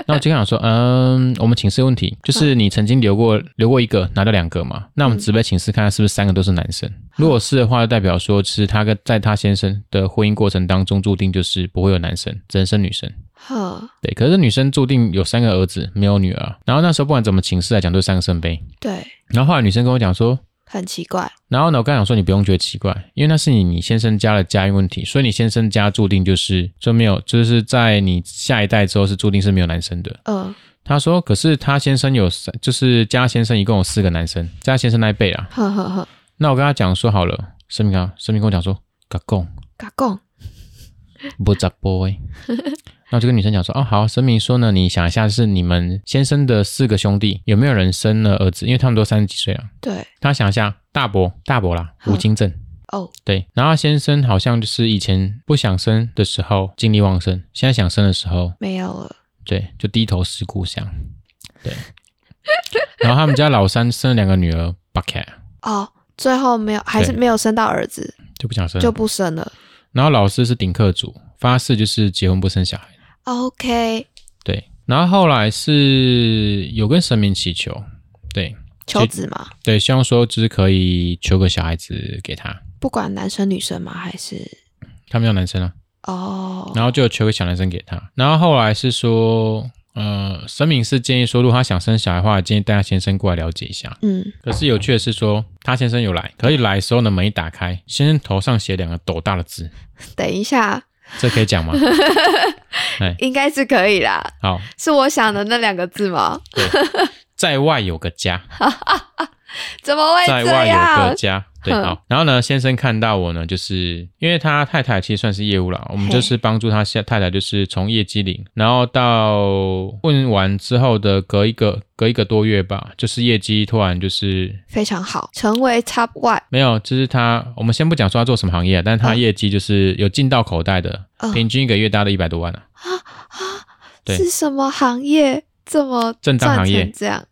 S2: 那我就想说，嗯，我们请示问题，就是你曾经留过留过一个，拿到两个嘛？那我们只备请示看看是不是三个都是男生。如果是的话，就代表说，其实他跟在他先生的婚姻过程当中，注定就是不会有男生，只能生女生。
S1: 哼，
S2: 对，可是女生注定有三个儿子，没有女儿。然后那时候不管怎么请示来讲，都是三个圣杯。
S1: 对，
S2: 然后后来女生跟我讲说，
S1: 很奇怪，
S2: 然后呢，我刚想说你不用觉得奇怪，因为那是你你先生家的家运问题，所以你先生家注定就是就没有，就是在你下一代之后是注定是没有男生的。
S1: 嗯
S2: 他说，可是他先生有三，就是家先生一共有四个男生，在他先生那一辈啊。
S1: 呵呵呵，
S2: 那我跟他讲说好了，生明啊，生明跟我讲说，嘎贡，
S1: 嘎贡，
S2: 不咋 boy。那我就跟女生讲说，哦，好，声明说呢，你想一下，是你们先生的四个兄弟有没有人生了儿子？因为他们都三十几岁了。
S1: 对，
S2: 他想一下，大伯，大伯啦，
S1: 嗯
S2: 吴金正，
S1: 哦，
S2: 对。然后他先生好像就是以前不想生的时候精力旺盛，现在想生的时候，
S1: 没有了，
S2: 对，就低头思故乡。 对。然后他们家老三生了两个女儿 b u c k e t
S1: 哦，最后没有，还是
S2: 对嗯
S1: 没有生到儿子，
S2: 就不想生了。
S1: 就不生了。
S2: 然后老师是顶客主，发誓就是结婚不生小孩。
S1: 哦 OK，
S2: 对，然后后来是有跟神明祈求，对
S1: 求子嘛，
S2: 对，希望说就是可以求个小孩子给他，
S1: 不管男生女生嘛，还是
S2: 他们要男生啊，
S1: 哦，
S2: 然后就求个小男生给他。然后后来是说，呃，神明是建议说，如果他想生小孩的话，建议带他先生过来了解一下。
S1: 嗯，
S2: 可是有趣的是说，他先生有来，可以来的时候呢，门一打开，先生头上写两个斗大的字，
S1: 等一下，
S2: 这可以讲吗？哎
S1: 应该是可以啦，
S2: 好，
S1: 是我想的那两个字吗？
S2: 在外有个家。
S1: 怎么会
S2: 在
S1: 这
S2: 外有
S1: 样
S2: 个？家，对，
S1: 哼
S2: 好。然后呢，先生看到我呢，就是因为他太太其实算是业务啦，我们
S1: 嘿
S2: 就是帮助他下太太，就是从业绩零，然后到问完之后的隔一个隔一个多月吧，就是业绩突然就是。
S1: 非常好，成为 Top One，
S2: 没有，就是他，我们先不讲说他做什么行业，但是他
S1: 嗯
S2: 业绩就是有进到口袋的，
S1: 嗯
S2: 平均一个月大概一百多万啊。对
S1: 是什么行业？这么
S2: 正当
S1: 赚
S2: 行业
S1: 成这样？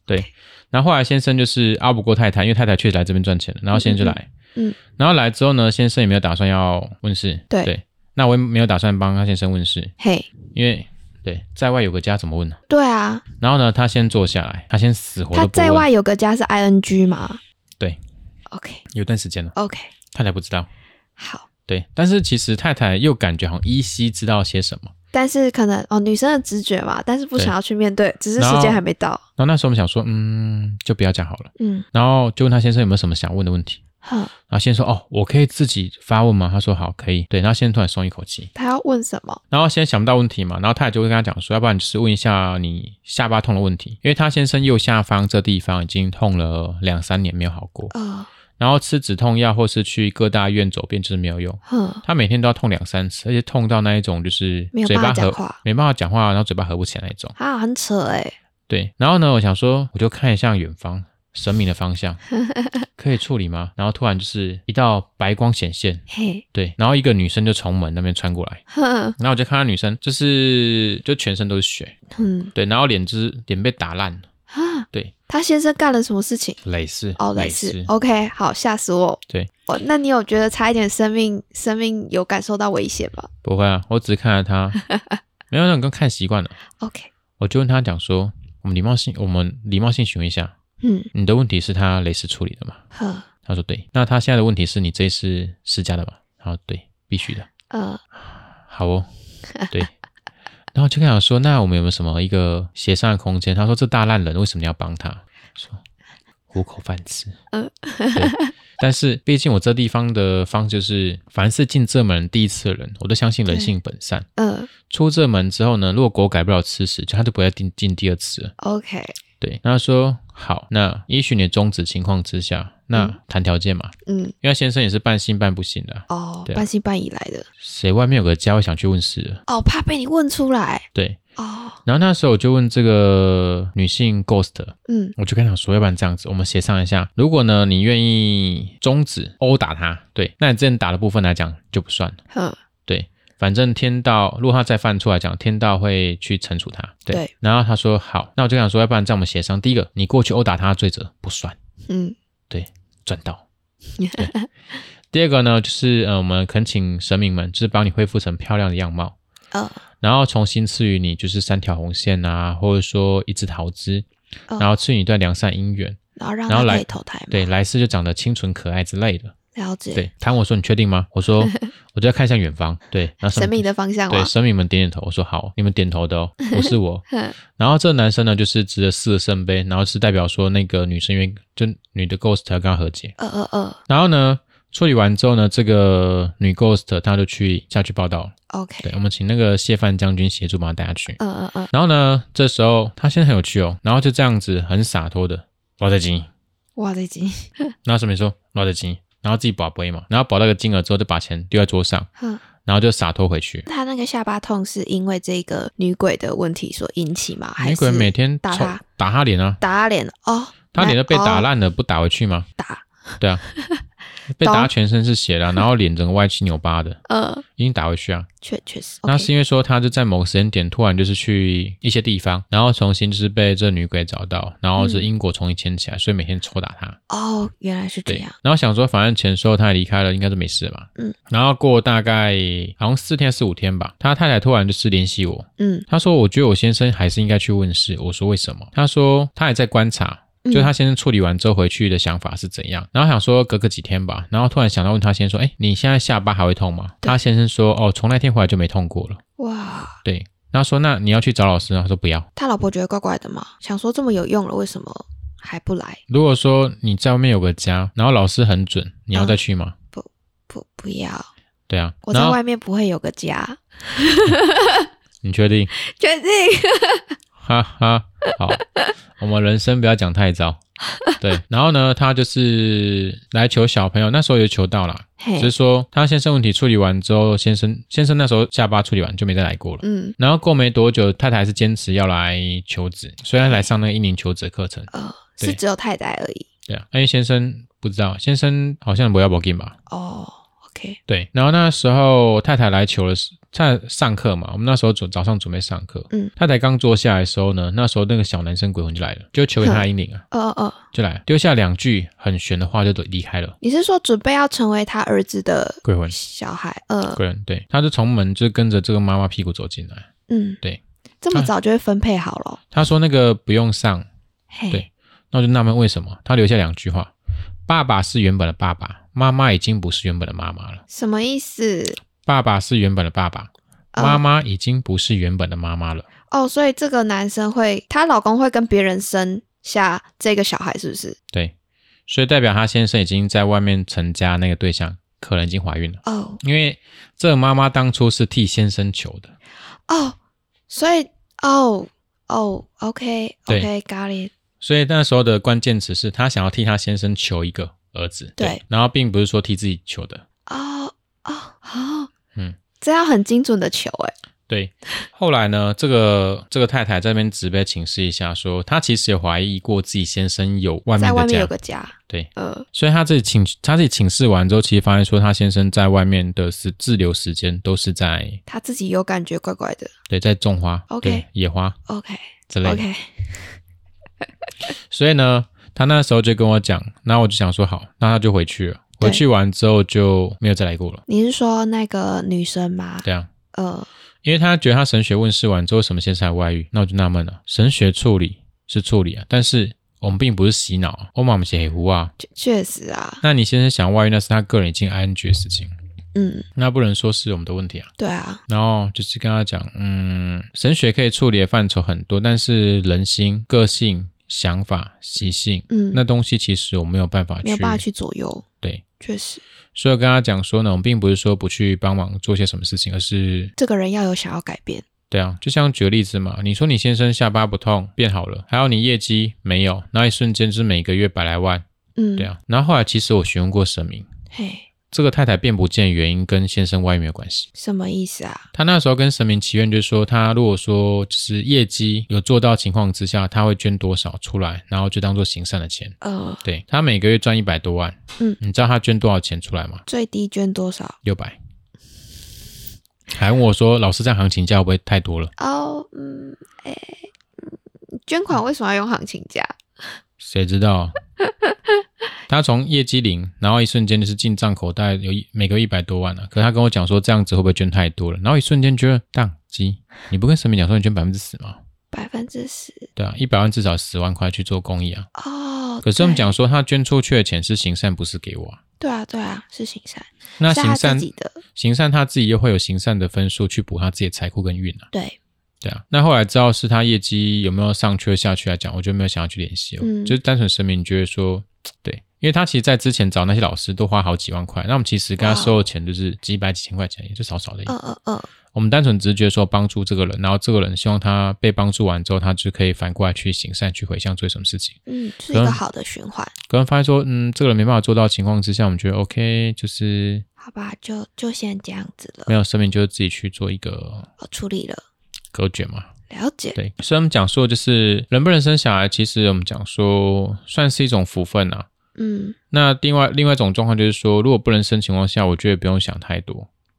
S2: 然后后来先生就是拗不过太太，因为太太确实来这边赚钱了，然后先生就来，
S1: 嗯嗯嗯
S2: 然后来之后呢，先生也没有打算要问世，
S1: 对
S2: 那我也没有打算帮他先生问世，
S1: 嘿，
S2: 因为对，在外有个家怎么问呢？
S1: 对啊，
S2: 然后呢，他先坐下来，他先死活
S1: 他
S2: 都不
S1: 在
S2: 问。
S1: 外有个家是 ING 吗？
S2: 对
S1: ，OK
S2: 有段时间了，
S1: OK，
S2: 太太不知道。
S1: 好，
S2: 对，但是其实太太又感觉好像依稀知道些什么。
S1: 但是可能哦，女生的直觉嘛，但是不
S2: 对
S1: 想要去面对，只是
S2: 然后
S1: 时间还没到。
S2: 然后那时候我们想说，嗯，就不要讲好了。
S1: 嗯，
S2: 然后就问他先生有没有什么想问的问题。
S1: 哼，
S2: 然后先生说，哦，我可以自己发问吗？他说好，可以。对，然后先生突然松一口气。
S1: 他要问什么？
S2: 然后先生想不到问题嘛，然后太太就会跟他讲说，要不然你就是问一下你下巴痛的问题，因为他先生右下方这地方已经痛了两三年没有好过。
S1: 呃，
S2: 然后吃止痛药或是去各大医院走遍就是没有用。
S1: 哼，
S2: 他每天都要痛两三次，而且痛到那一种就是
S1: 没有
S2: 嘴
S1: 办法
S2: 巴合
S1: 讲话
S2: 没办法讲话，然后嘴巴合不起来那种。
S1: 啊，很扯哎，
S2: 对，然后呢，我想说我就看一下远方神明的方 向，可以处理吗？然后突然就是一道白光显现，
S1: 嘿，
S2: 对，然后一个女生就从门那边穿过来，
S1: 哼，
S2: 然后我就看到女生就是就全身都是血，
S1: 嗯，
S2: 对，然后脸就是脸被打烂了，
S1: 啊，
S2: 对，
S1: 他先生干了什么事情？
S2: 累死，
S1: 哦，类
S2: 累
S1: 似
S2: 死。
S1: ，OK，好，吓死我。
S2: 对，
S1: 哦，那你有觉得差一点生命，生命有感受到危险吗
S2: 不会啊，我只是看了她，没有那种跟看习惯了。
S1: ？OK，
S2: 我就问他讲说，我们礼貌性，我们礼貌性询问一下，
S1: 嗯，
S2: 你的问题是他雷斯处理的吗？
S1: 哼，
S2: 他说对。那他现在的问题是你这一次施加的吗？他说对，必须的。
S1: 呃，
S2: 好哦，对。然后就跟他讲说，那我们有没有什么一个协商的空间？他说这大烂人为什么你要帮他？说糊口饭吃。
S1: 嗯
S2: 对。但是毕竟我这地方的方就是，凡是进这门第一次的人，我都相信人性本善。
S1: 呃
S2: 出这门之后呢，如果狗改不了吃屎，就他就不会再进进第二次了。
S1: ，OK，
S2: 对，那他说好，那依循你的宗旨情况之下，那谈条件嘛，
S1: 嗯，
S2: 因为他先生也是半信半不信的啊，
S1: 哦，
S2: 对啊
S1: 半信半疑来的，
S2: 谁外面有个家会想去问事了？
S1: 哦，怕被你问出来，
S2: 对，
S1: 哦，
S2: 然后那时候我就问这个女性 Ghost，
S1: 嗯，
S2: 我就跟她讲说，要不然这样子，我们协商一下，如果呢你愿意终止殴打他，对，那你之前打的部分来讲就不算了，
S1: 哼，
S2: 对。反正天道，如果他再犯错来讲，天道会去惩处他。对，
S1: 对
S2: 然后他说好，那我就想说，要不然这样我们协商。第一个，你过去殴打他的罪责不算，
S1: 嗯，
S2: 赚到。对第二个呢，就是呃，我们恳请神明们，就是帮你恢复成漂亮的样貌，
S1: 呃，
S2: 然后重新赐予你就是三条红线啊，或者说一枝桃枝，
S1: 哦嗯
S2: 然后赐予你一段良善姻缘，
S1: 然后让
S2: 然后
S1: 他
S2: 来
S1: 可以投胎嘛，
S2: 对，来世就长得清纯可爱之类的。
S1: 了解，
S2: 对，他问我说你确定吗？我 说我就要看向远方。对，然后
S1: 神明的啊方向
S2: 嗯对
S1: 嘛，
S2: 神明们点点头，我说好，你们点 头的哦，不是我。
S1: 哼，
S2: 然后这个男生呢，就是执了四个圣杯，然后是代表说那个女生愿意就女的 ghost 要跟他和解，
S1: 呃呃呃
S2: 然后呢，处理完之后呢，这个女 ghost 她就去下去报道了。对
S1: ，OK，，嗯
S2: 我们请那个谢范将军协助帮她带下去。
S1: 呃呃呃，
S2: 然后呢，这时候她现在很有趣哦，然后就这样子很洒脱的捞在金，
S1: 哇，这已经，
S2: 然后神明说捞在金，然后自己保杯嘛，然后保到一个金额之后就把钱丢在桌上，
S1: 哼，
S2: 然后就洒脱回去。
S1: 他那个下巴痛是因为这个女鬼的问题所引起吗？还
S2: 女
S1: 是
S2: 鬼每天
S1: 打
S2: 抽
S1: 他
S2: 打他脸啊，
S1: 打他脸哦，
S2: 他脸都被打
S1: 了，
S2: 烂了，不打回去吗？
S1: 打
S2: 对啊，被打全身是血了，然后脸整个歪七扭八的，
S1: 呃，
S2: 一定打回去啊。
S1: 确确实，
S2: 那是因为说他就在某个时间点突然就是去一些地方，然后重新就是被这女鬼找到，然后是因果重新牵起来，所以每天抽打他。
S1: 哦，原来是这
S2: 对
S1: 样，，
S2: 然后想说反正钱收他也离开了，应该是没事吧。
S1: 嗯，
S2: 然后过大概好像四天四五天吧，他太太突然就是联系我，
S1: 嗯
S2: 他说：“我觉得我先生还是应该去问世。”我说：“为什么？”他说：“他还在观察，
S1: 嗯
S2: 就他先生处理完之后回去的想法是怎样。然后想说隔个几天吧，然后突然想到问他先生说：‘哎，你现在下巴还会痛吗？’他先生说：‘哦，从那天回来就没痛过了。
S1: 嗯哇，’
S2: 对，然后说：‘那你要去找老师吗？’他说：‘不要。
S1: 他老婆觉得怪怪的嘛，想说这么有用了，为什么还不来？
S2: 如果说你在外面有个家，然后老师很准，你要再去吗？’
S1: 不不要，
S2: 对啊，
S1: 嗯我
S2: 然
S1: 在
S2: 后
S1: 外面不会有个家，
S2: 你确定？
S1: 决定
S2: 哈哈，好，我们人生不要讲太早。对，然后呢，他就是来求小朋友，那时候也求到了，只是
S1: 嘿，
S2: 说他先生问题处理完之后，先生先生那时候下巴处理完就没再来过了。
S1: 嗯
S2: 然后过没多久，太太还是坚持要来求子，所以他来上那个一年求子的课程。
S1: 呃，
S2: 对
S1: 是只有太太而已
S2: 对啊，因为先生不知道，先生好像不要不进吧？
S1: 哦，OK，
S2: 对，然后那时候太太来求的是在上课嘛，我们那时候准早上准备上课，
S1: 嗯
S2: 太太刚坐下来的时候呢，那时候那个小男生鬼魂就来了，就求给他的阴灵啊，
S1: 呃呃，
S2: 就来了丢下两句很玄的话就离开了。
S1: 你是说准备要成为他儿子的
S2: 鬼魂
S1: 小孩？呃，
S2: 鬼人对，他就从门就跟着这个妈妈屁股走进来。
S1: 嗯，
S2: 对，
S1: 这么
S2: 啊
S1: 早就会分配好了，
S2: 他说那个不用上，
S1: 嘿，
S2: 对那我就纳闷为什么他留下两句话：爸爸是原本的爸爸，妈妈已经不是原本的妈妈了；
S1: 什么意思？
S2: 爸爸是原本的爸爸，
S1: 呃
S2: 妈妈已经不是原本的妈妈了。
S1: 哦，所以这个男生会，她老公会跟别人生下这个小孩，是不是？
S2: 对，所以代表他先生已经在外面成家，那个对象可能已经怀孕了，
S1: 哦
S2: 因为这个妈妈当初是替先生求的。
S1: 哦，所以哦哦，OK
S2: 对
S1: OK，咖喱，
S2: 所以那时候的关键词是他想要替他先生求一个儿子，
S1: 对
S2: 然后并不是说替自己求的，
S1: 哦哦哦，
S2: 嗯，
S1: 这要很精准的球，哎，
S2: 对。后来呢，这个这个太太在那边直白请示一下说，她其实也怀疑过自己先生有外
S1: 在
S2: 面
S1: 外
S2: 的
S1: 面有
S2: 家，
S1: 个家，
S2: 对，
S1: 呃，
S2: 所以她自己请她自己请示完之后，其实发现说她先生在外面的是滞留时间都是在
S1: 他自己有感觉怪怪的
S2: 对在种花
S1: OK
S2: 对野花
S1: ，OK
S2: 之类的。
S1: OK，
S2: 所以呢，他那时候就跟我讲，那我就想说好，那他就回去了。
S1: 对
S2: 回去完之后就没有再来过了。
S1: 你是说那个女生吗？
S2: 对啊，
S1: 呃，
S2: 因为他觉得他神学问世完之后，什么先生还外遇，那我就纳闷了，神学处理是处理啊，但是我们并不是洗脑啊，我们写黑胡啊。
S1: 确确实啊，
S2: 那你先生想外遇，那是他个人已经 ing 的事情，
S1: 嗯，
S2: 那不能说是我们的问题啊。
S1: 对啊，
S2: 然后就是跟他讲，嗯，神学可以处理的范畴很多，但是人心、个性、想法、习性，
S1: 嗯
S2: 那东西其实我没有办法去，
S1: 没有办法去左右，
S2: 对，
S1: 确实，
S2: 所以我跟他讲说呢，我们并不是说不去帮忙做些什么事情，而是
S1: 这个人要有想要改变，
S2: 对啊，就像举个例子嘛，你说你先生下巴不痛变好了，还有你业绩没有，那一瞬间是每个月百来万，
S1: 嗯，
S2: 对啊。然后后来其实我询问过神明，
S1: 嘿，这
S2: 这个太太变不见的原因跟先生外遇没有关系。
S1: 什么意思啊？
S2: 她那时候跟神明祈愿，就是说她如果说就是业绩有做到情况之下，她会捐多少出来，然后就当做行善的钱。
S1: 呃，
S2: 对她每个月赚一百多万，
S1: 嗯
S2: 你知道她捐多少钱出来吗？
S1: 最低捐多少？
S2: 六百，还问我说：“老师，这样行情价会不会太多了
S1: 哦，嗯，哎、嗯捐款为什么要用行情价？？”
S2: 谁 知道？他从业绩零，然后一瞬间就是进账口袋有一每个月一百多万了、啊可是他跟我讲说这样子会不会捐太多了？然后一瞬间觉得宕机。你不跟神明讲说你捐百分之十吗？
S1: 百分之十
S2: 对啊，一百万至少十万块去做公益啊。
S1: 哦。
S2: 可是我们讲
S1: 对
S2: 说他捐出去的钱是行善，不是给我、啊。
S1: 对啊，对啊，是行善，
S2: 那
S1: 是
S2: 行
S1: 他自
S2: 善
S1: 己的，
S2: 行善他自己又会有行善的分数去补他自己的财库跟运啊。
S1: 对，
S2: 对啊，那后来知道是他业绩有没有上去或下去来讲，我就没有想要去联系了，
S1: 嗯
S2: 就是单纯声明觉得说，对，因因为他其实，在之前找那些老师都花好几万块，那我们其实跟他
S1: 哇哦
S2: 收的钱就是几百几千块钱，也就少少的一个。
S1: 嗯嗯嗯，
S2: 我们单纯直觉说帮助这个人，然后这个人希望他被帮助完之后，他就可以反过来去行善、去回向、做什么事情。
S1: 嗯，是一
S2: 可
S1: 个
S2: 能
S1: 好的循环，
S2: 可能发现说，嗯，这个人没办法做到的情况之下，我们觉得 OK，就是
S1: 好吧，就就先这样子了，
S2: 没有生命，就是自己去做一个
S1: 我处理了，
S2: 隔绝嘛。
S1: 了解，
S2: 对，所以我们讲说，就是能不能生小孩，其实我们讲说算是一种福分啊。
S1: 嗯，
S2: 那另外另外一种状况就是说，如果不能生情况下，我觉得不用想太多，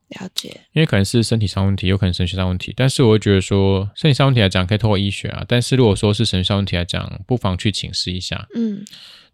S1: 了解，
S2: 因为可能是身体上问题，有可能神学上问题。但是我会觉得说，身体上问题来讲可以透过医学啊，但是如果说是神学上问题来讲，不妨去请示一下。
S1: 嗯，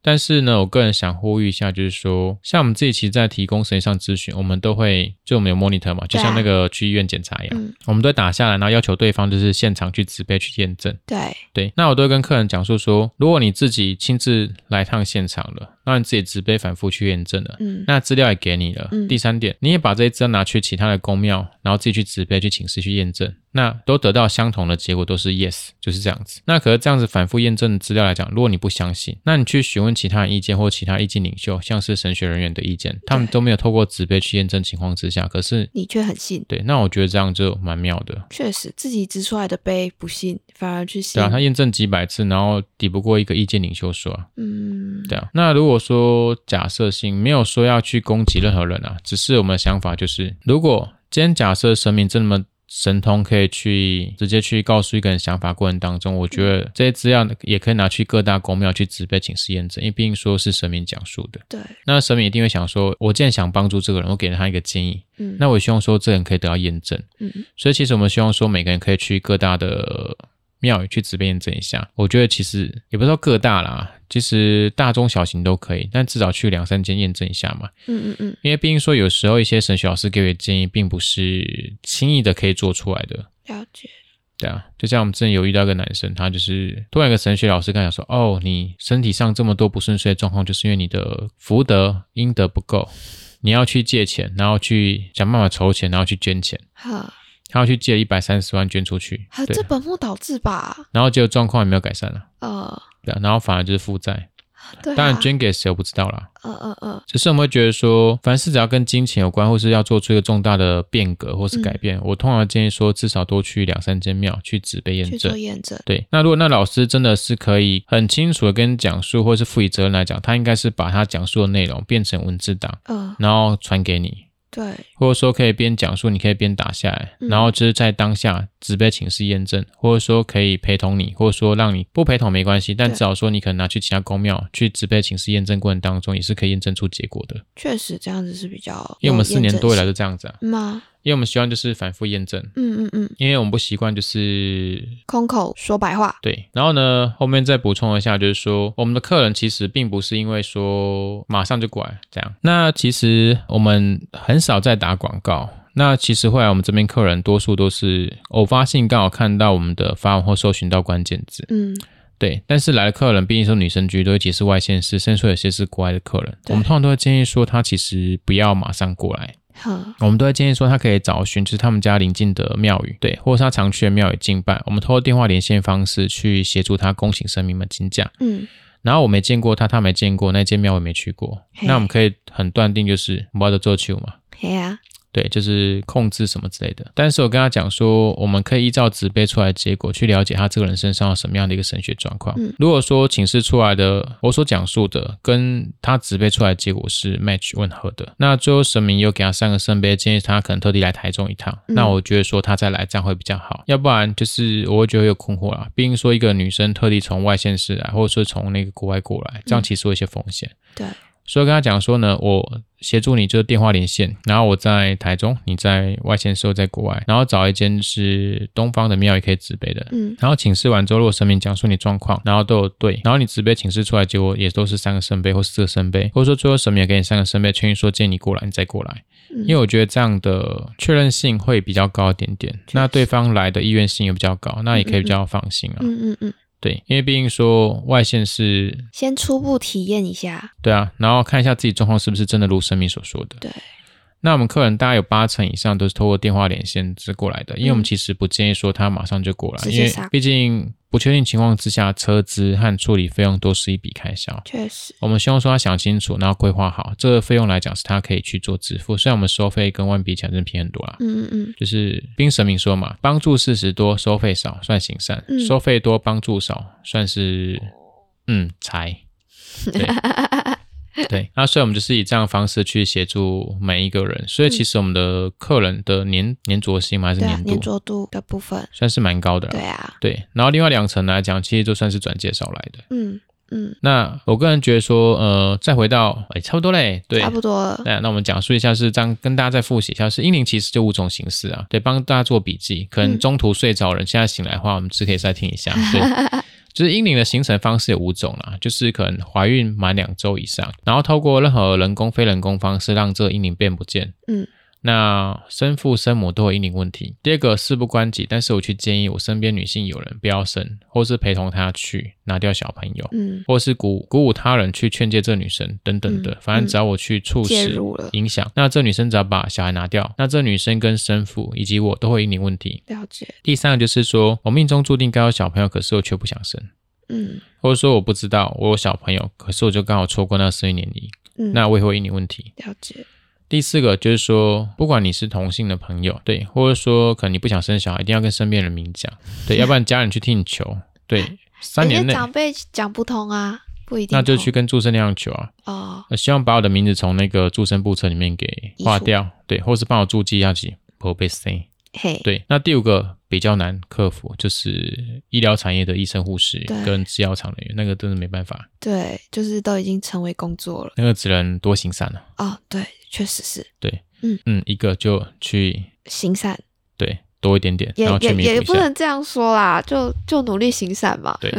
S2: 但是呢，我个人想呼吁一下，就是说，像我们自己其实，在提供神学上咨询，我们都会就我们有 monitor 嘛，就像那个去医院检查一样，
S1: 嗯
S2: 我们都会打下来，然后要求对方就是现场去指背去验证。
S1: 对，
S2: 对，那我都会跟客人讲述说，如果你自己亲自来趟现场了，那你自己直杯反复去验证了，
S1: 嗯，
S2: 那资料也给你了。
S1: 嗯
S2: 第三点，你也把这些资料拿去其他的公庙，然后自己去直杯去请示去验证，那都得到相同的结果，都是 yes，就是这样子。那可是这样子反复验证的资料来讲，如果你不相信，那你去询问其他人意见或其他意见领袖，像是神学人员的意见，他们
S1: 对
S2: 都没有透过直杯去验证情况之下，可是
S1: 你却很信，
S2: 对，那我觉得这样就蛮妙的。
S1: 确实自己织出来的杯不信，反而去信，
S2: 对啊，他验证几百次，然后抵不过一个意见领袖说啊。
S1: 嗯，
S2: 对啊，那如果说假设性没有说要去攻击任何人啊，只是我们的想法就是，如果今天假设神明这么神通，可以去直接去告诉一个人想法过程当中，我觉得这些资料也可以拿去各大公庙去植被请示验证，因为毕竟说是神明讲述的，
S1: 对，
S2: 那神明一定会想说，我既然想帮助这个人，我给了他一个建议，
S1: 嗯，
S2: 那我也希望说这个人可以得到验证。
S1: 嗯
S2: 所以其实我们希望说，每个人可以去各大的庙宇去直边验证一下。我觉得其实也不是说各大啦，其实大中小型都可以，但至少去两三间验证一下嘛。
S1: 嗯嗯嗯，
S2: 因为毕竟说有时候一些神学老师给我的建议，并不是轻易的可以做出来的。
S1: 了解，
S2: 对啊，就像我们之前有遇到一个男生，他就是突然一个神学老师跟他讲说：“哦，你身体上这么多不顺遂的状况，就是因为你的福德阴德不够，你要去借钱，然后去想办法筹钱，然后去捐钱。”
S1: 哈，
S2: 他要去借一百三十万捐出去
S1: 还，有啊
S2: 对啊
S1: 这，本末倒置吧，
S2: 然后结果状况也没有改善了、
S1: 呃，
S2: 对啊、然后反而就是负债。
S1: 对、啊，
S2: 当然捐给谁我不知道啦，
S1: 呃呃呃，
S2: 只是我们会觉得说，凡事只要跟金钱有关，或是要做出一个重大的变革或是改变，
S1: 嗯
S2: 我通常建议说，至少多去两三间庙去指被验
S1: 去
S2: 证
S1: 做。验证，
S2: 对，那如果那老师真的是可以很清楚的跟你讲述，或是负起责任来讲，他应该是把他讲述的内容变成文字档，
S1: 呃，
S2: 然后传给你，
S1: 对，
S2: 或者说可以边讲述，你可以边打下来，
S1: 嗯
S2: 然后就是在当下直被请示验证，或者说可以陪同你，或者说让你不陪同没关系，但
S1: 对
S2: 至少说你可能拿去其他公庙去直被请示验证过程当中，也是可以验证出结果的。
S1: 确实这样子是比较有验证性，
S2: 因为我们四年多以来都这样子啊，
S1: 吗？
S2: 因为我们希望就是反复验证，
S1: 嗯嗯嗯，
S2: 因为我们不习惯就是
S1: 空口说白话，
S2: 对，然后呢，后面再补充一下，就是说我们的客人其实并不是因为说马上就过来这样，那其实我们很少在打广告。那其实会来我们这边客人，多数都是偶发性刚好看到我们的发文或搜寻到关键字，
S1: 嗯，
S2: 对。但是来的客人毕竟是女生居多，尤其是外县市，甚至有些是国外的客人，
S1: 对
S2: 我们通常都会建议说他其实不要马上过来，
S1: 呵，
S2: 我们都会建议说，他可以找寻就是他们家邻近的庙宇，对，或者是他常去的庙宇敬拜。我们透过电话连线方式去协助他恭请神明们金价。
S1: 嗯，
S2: 然后我没见过他，他没见过那间庙，我也没去过。
S1: 嘿
S2: 那我们可以很断定就是我的做球嘛，
S1: 嘿呀、
S2: 对，就是控制什么之类的。但是我跟他讲说，我们可以依照指背出来的结果去了解他这个人身上有什么样的一个神学状况。
S1: 嗯
S2: 如果说请示出来的我所讲述的跟他指背出来的结果是 match 吻合的，那最后神明有给他三个圣杯，建议他可能特地来台中一趟。
S1: 嗯
S2: 那我觉得说他再来这样会比较好，要不然就是我会觉得有困惑啦。毕竟说一个女生特地从外县市来，或者说从那个国外过来，这样
S1: 嗯
S2: 其实有一些风险。
S1: 对，
S2: 所以跟他讲说呢，我协助你就是电话连线，然后我在台中，你在外县市，我在国外，然后找一间是东方的庙也可以指北的。
S1: 嗯，
S2: 然后请示完之后，如果神明讲述你状况，然后都有对，然后你指北请示出来，结果也都是三个圣杯或四个圣杯，或者说最后神明也给你三个圣杯，劝你说建议你过来，你再过来，
S1: 因
S2: 因为我觉得这样的确认性会比较高一点点，
S1: 实
S2: 那对方来的意愿性也比较高，那也可以比较放心啊。
S1: 嗯嗯嗯，
S2: 对，因为毕竟说外县市
S1: 先初步体验一下，
S2: 对啊，然后看一下自己状况是不是真的如生命所说的。
S1: 对，
S2: 那我们客人大概有八成以上都是透过电话连线直过来的，因为我们
S1: 嗯
S2: 其实不建议说他马上就过来，
S1: 直接
S2: 因为
S1: 杀
S2: 毕竟不确定情况之下，车资和处理费用都是一笔开销。
S1: 确实，
S2: 我们希望说他想清楚，然后规划好，这个费用来讲是他可以去做支付。虽然我们收费跟万比起来真的便宜很多啦，
S1: 嗯嗯嗯，
S2: 就是冰神明说嘛，帮助事实多，收费少算行善；
S1: 嗯
S2: 收费多，帮助少算是嗯财。 对对，那所以我们就是以这样的方式去协助每一个人，所以其实我们的客人的粘粘着性嘛，还
S1: 嗯
S2: 是
S1: 对啊，
S2: 粘
S1: 粘
S2: 度，
S1: 着度的部分，
S2: 算是蛮高的啦。
S1: 对啊，
S2: 对，然后另外两层来讲，其实就算是转介绍来的。
S1: 嗯嗯，
S2: 那我个人觉得说，呃，再回到，哎，差不多嘞，对，
S1: 差不多了，
S2: 哎那那我们讲述一下是这样，跟大家再复习一下，是英灵其实就五种形式啊，对，帮大家做笔记。可能
S1: 嗯
S2: 中途睡着人，现在醒来的话，我们只可以再听一下。对，就是英灵的形成方式有五种啦，就是可能怀孕满两周以上，然后透过任何人工、非人工方式让这个英灵变不见。
S1: 嗯。
S2: 那生父生母都有阴灵问题。第二个事不关己，但是我去建议我身边女性友人不要生，或是陪同她去拿掉小朋友，
S1: 嗯，
S2: 或是鼓鼓舞他人去劝诫这女生等等的，
S1: 嗯
S2: 反正只要我去促
S1: 介
S2: 使
S1: 入了
S2: 影响，那这女生只要把小孩拿掉，那这女生跟生父以及我都会引领问题。
S1: 了解，
S2: 第三个就是说我命中注定该有小朋友，可是我却不想生，
S1: 嗯
S2: 或者说我不知道我有小朋友，可是我就刚好错过那生育年龄，
S1: 嗯，
S2: 那我也会引领问题。
S1: 了解，
S2: 第四个就是说，不管你是同性的朋友，对，或者说可能你不想生小孩，一定要跟身边人明讲，对，要不然家人去替你求，对，三
S1: 哎有
S2: 年
S1: 些
S2: 内
S1: 长辈讲不通啊，不一定通，
S2: 那就去跟祝生那样求啊，
S1: 哦，
S2: 呃，希望把我的名字从那个注生簿册里面给划
S1: 移除
S2: 掉，对，或是帮我注记一下起，不被塞。
S1: 嘿，
S2: 对，那第五个比较难克服，就是医疗产业的医生、护士
S1: 对
S2: 跟制药厂人员，那个真的没办法，
S1: 对，就是都已经成为工作了，
S2: 那个只能多行善了。
S1: 哦，对，确实是
S2: 对，
S1: 嗯
S2: 嗯，一个就去
S1: 行善，
S2: 对多一点点，
S1: 也
S2: 然后去
S1: 也
S2: 弥
S1: 也
S2: 补一
S1: 不
S2: 下，
S1: 能这样说啦，就就努力行善嘛，
S2: 对，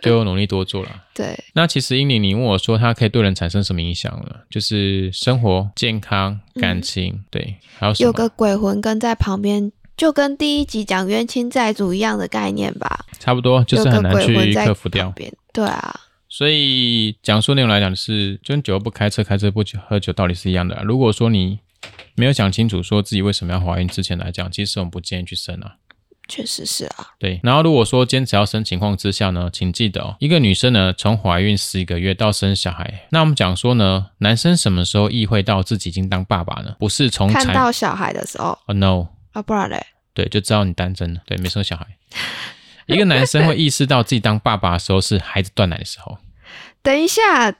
S2: 就努力多做啦。
S1: 对，
S2: 那其实英玲，你问我说它可以对人产生什么影响呢？就是生活、健康、感
S1: 嗯
S2: 情，对，还有什么？
S1: 有个鬼魂跟在旁边。就跟第一集讲冤亲债主一样的概念吧，
S2: 差不多，就是
S1: 有个
S2: 很难
S1: 鬼魂
S2: 去
S1: 在
S2: 克服
S1: 旁
S2: 掉。
S1: 边对啊，
S2: 所以讲述内容来讲，就是就跟酒后不开车，开车不喝酒道理是一样的啊。如果说你没有想清楚说自己为什么要怀孕之前来讲，其实我们不建议去生啊。
S1: 确实是啊，
S2: 对，然后如果说坚持要生情况之下呢，请记得哦，一个女生呢从怀孕十个月到生小孩，那我们讲说呢，男生什么时候意会到自己已经当爸爸呢？不是从
S1: 看
S2: 产
S1: 到小孩的时候
S2: 哦 no，
S1: 啊，不然嘞，
S2: 对，就知道你单身了，对，没生小孩。一个男生会意识到自己当爸爸的时候是孩子断奶的时候。
S1: 等一下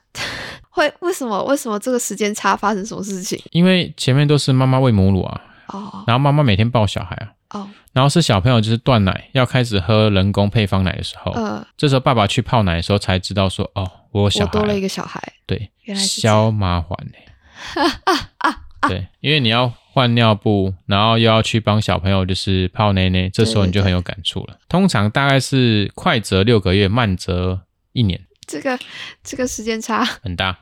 S1: 会为什么为什么这个时间差发生什么事情？
S2: 因为前面都是妈妈喂母乳啊，
S1: 哦
S2: 然后妈妈每天抱小孩啊，
S1: 哦，
S2: 然后是小朋友就是断奶，要开始喝人工配方奶的时候，
S1: 呃，
S2: 这时候爸爸去泡奶的时候才知道说，哦，我有小
S1: 我
S2: 孩
S1: 多了
S2: 啊，
S1: 一个小孩，
S2: 对，
S1: 原来是这样
S2: 小麻烦呢、 对，因为你要换尿布，然后又要去帮小朋友就是泡奶奶，这时候你就很有感触了。通常大概是快则六个月，慢则一年，
S1: 这个这个时间差，
S2: 很大。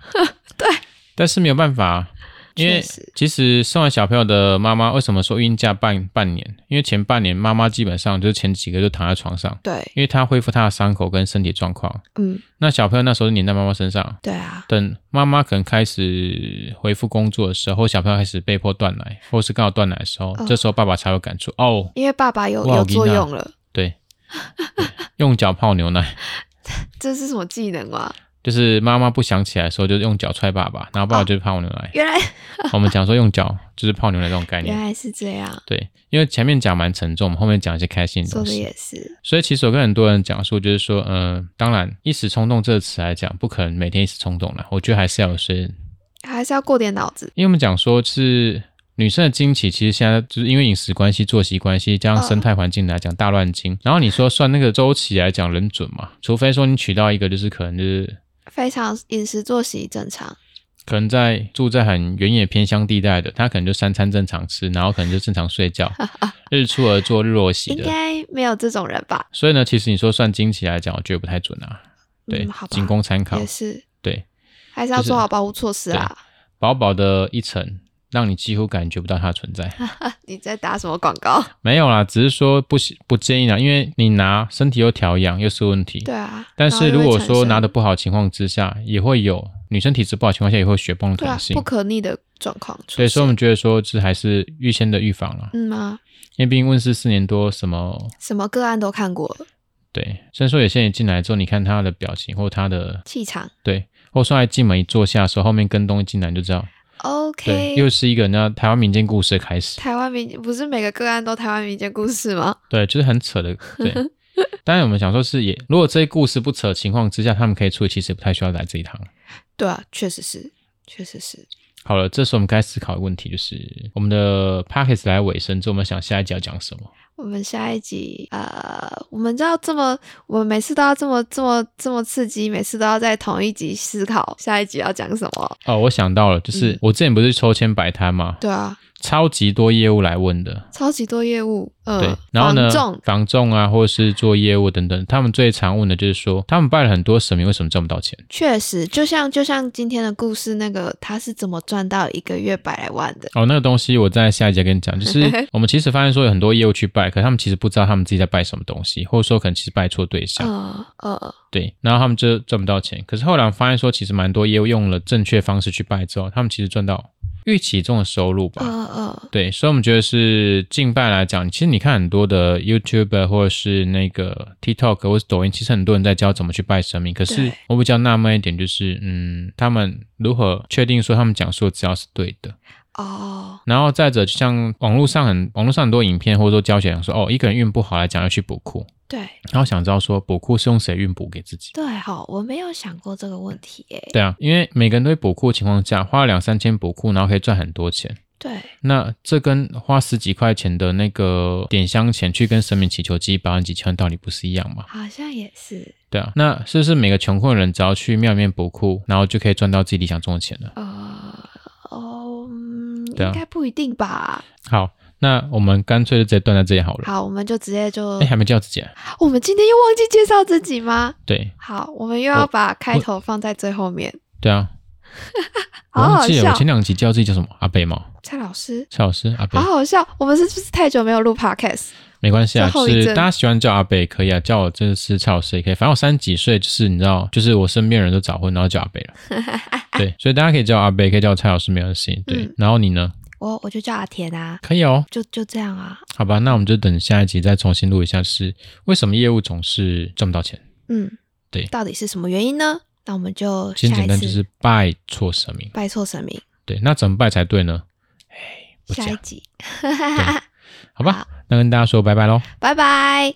S2: 对，但是没有办法啊，因为
S1: 确实
S2: 其实生完小朋友的妈妈为什么说孕假半半年？因为前半年妈妈基本上就是前几个就躺在床上，
S1: 对，
S2: 因为她恢复她的伤口跟身体状况。
S1: 嗯，
S2: 那小朋友那时候是黏在妈妈身上，
S1: 对啊，
S2: 等妈妈可能开始恢复工作的时候，或小朋友开始被迫断奶，或是刚好断奶的时候，
S1: 哦
S2: 这时候爸爸才有感触哦，
S1: 因为爸爸有
S2: 哇
S1: 有
S2: 我跟你啊
S1: 作
S2: 讲
S1: 用了，
S2: 对， 对用脚泡牛奶。
S1: 这是什么技能啊？
S2: 就是妈妈不想起来的时候，就用脚踹爸爸，然后爸爸就是泡牛奶。
S1: 原来
S2: 我们讲说用脚就是泡牛奶这种概
S1: 原
S2: 念，
S1: 来是这样，
S2: 对，因为前面讲蛮沉重，我们后面讲一些开心的
S1: 说
S2: 东
S1: 的
S2: 西。
S1: 也是，
S2: 所以其实我跟很多人讲述，就是说，嗯、当然一时冲动这个词来讲，不可能每天一时冲动啦，我觉得还是要有些，
S1: 还是要过点脑子，
S2: 因为我们讲说是女生的经期，其实现在就是因为饮食关系、作息关系，加上生态环境来讲大乱经。然后你说算那个周期来讲人准嘛？除非说你娶到一个就是可能就是
S1: 非常饮食作息正常，
S2: 可能在住在很原野偏乡地带的，他可能就三餐正常吃，然后可能就正常 睡觉，日出而作，日落而息
S1: 应
S2: 的。
S1: 该没有这种人吧？
S2: 所以呢，其实你说算经期来讲，我觉得不太准啊。对
S1: 嗯，好，吧
S2: 仅，供参考
S1: 也。是，
S2: 对，
S1: 还是要
S2: 就是
S1: 做好保护措施啊啦。
S2: 薄薄的一层，让你几乎感觉不到它的存在。
S1: 你在打什么广 告？
S2: 没有啦，只是说不喜不建议啊啦，因为你拿身体又调养又是问题。
S1: 对啊，
S2: 但
S1: 然后
S2: 是
S1: 又
S2: 如
S1: 会
S2: 果
S1: 产
S2: 说
S1: 生
S2: 拿的不好的情况之下，也会有女生体质不好的情况下，也会有血崩的
S1: 对啊
S2: 可能性
S1: 不。可逆的状况出现，
S2: 对，所以我们觉得说，这还是预先的预防啦。
S1: 嗯啊，
S2: 因为毕竟问世四年多，什么
S1: 什么个案都看过了，
S2: 对，虽然说有些人进来之后，你看他的表情或他的，
S1: 气场。
S2: 对，或者说他进门一坐下的时候，后面跟东西进来你就知道，对，
S1: OK，
S2: 又是一个人家台湾民间故事的开 始，
S1: 台湾民不是每个个案都台湾民间故事吗？
S2: 对，就是很扯的， 对。当然，我们想说是也，如果这些故事不扯的情况之下，他们可以处理，其实也不太需要来这一趟。
S1: 对啊，确实是，确实是。
S2: 好了，这时候我们该思考的问题就是，我们的 p a c k a g e 来尾声之后，我们想下一集要讲什么？
S1: 我们下一集，呃，我们知道这么，我们每次都要这么这么这么刺激，每次都要在同一集思考下一集要讲什么。
S2: 哦，我想到了，就是、
S1: 嗯
S2: 我之前不是抽签摆摊嘛，
S1: 对啊，
S2: 超级多业务来问的，
S1: 超级多业务，嗯、
S2: 对，然后
S1: 防
S2: 呢，
S1: 重
S2: 房仲啊，或者是做业务等等，他们最常问的就是说，他们拜了很多神明，为什么赚不到钱？
S1: 确实，就像就像今天的故事，那个他是怎么赚到一个月百来万的？
S2: 哦，那个东西我在下一节跟你讲，就是 我们其实发现说有很多业务去拜，可他们其实不知道他们自己在拜什么东西，或者说可能其实拜错对象，
S1: 呃呃，
S2: 对，然后他们就赚不到钱。可是后来我发现说，其实蛮多业务用了正确方式去拜之后，他们其实赚到预期中的收入吧。
S1: 呃呃，
S2: 对，所以我们觉得是近拜来讲，其实你看很多的 YouTube 或者是那个 TikTok 或是抖音，其实很多人在教怎么去拜神明。可是
S1: 对
S2: 我比较纳闷一点，就是嗯，他们如何确定说他们讲述的资料是对的？
S1: 哦，
S2: 然后再者，就像网络上很网络上很多影片或者说教学讲说，哦，一个人运不好来讲要去补库，
S1: 对
S2: 然后想知道说补库是用谁运补给自己？
S1: 对哈、我没有想过这个问题诶。
S2: 对啊，因为每个人都会补库的情况下，花了两三千补库，然后可以赚很多钱。
S1: 对
S2: 那这跟花十几块钱的那个点香钱去跟神明祈求几百万、几千万，道理不是一样吗？
S1: 好像也是，
S2: 对啊，那是不是每个穷困人只要去庙里面补库，然后就可以赚到自己理想中的钱了？
S1: 呃哦，嗯
S2: 对啊
S1: 应该不一定吧。
S2: 好，那我们干脆就直接断在这里好了。
S1: 好，我们就直接就哦
S2: 哎，，还没叫自己、啊？
S1: 我们今天又忘记介绍自己吗？
S2: 对
S1: 好，我们又要
S2: 我
S1: 把开头放在最后面，
S2: 对啊，我
S1: 好好
S2: 忘记了，
S1: 笑
S2: 我。前两集叫自己叫什么？阿北吗？
S1: 蔡老师，
S2: 蔡老师，阿北
S1: 好，好笑。我们是不是太久没有录 podcast？
S2: 没关系啊，
S1: 最后
S2: 就
S1: 一
S2: 是
S1: 阵
S2: 大家喜欢叫阿北也可以啊，叫我真的是蔡老师也可以，反正我三十几岁，就是你知道，就是我身边人都早婚，然后叫阿 北了，对，所以大家可以叫我阿北，可以叫我蔡老师，没关系。对，
S1: 嗯
S2: 然后你呢？
S1: 我我就叫阿田啊，
S2: 可以哦，
S1: 就就这样啊。
S2: 好吧，那我们就等下一集再重新录一下，是为什么业务总是赚不到钱？
S1: 嗯，
S2: 对
S1: 到底是什么原因呢？那我们就
S2: 其实
S1: 下
S2: 简
S1: 一
S2: 单
S1: 次
S2: 就是拜错神明，
S1: 拜错神明，
S2: 对，那怎么拜才对呢？哎，不
S1: 下一
S2: 讲，
S1: 集，
S2: 好吧，那跟大家说拜拜喽。
S1: 拜拜。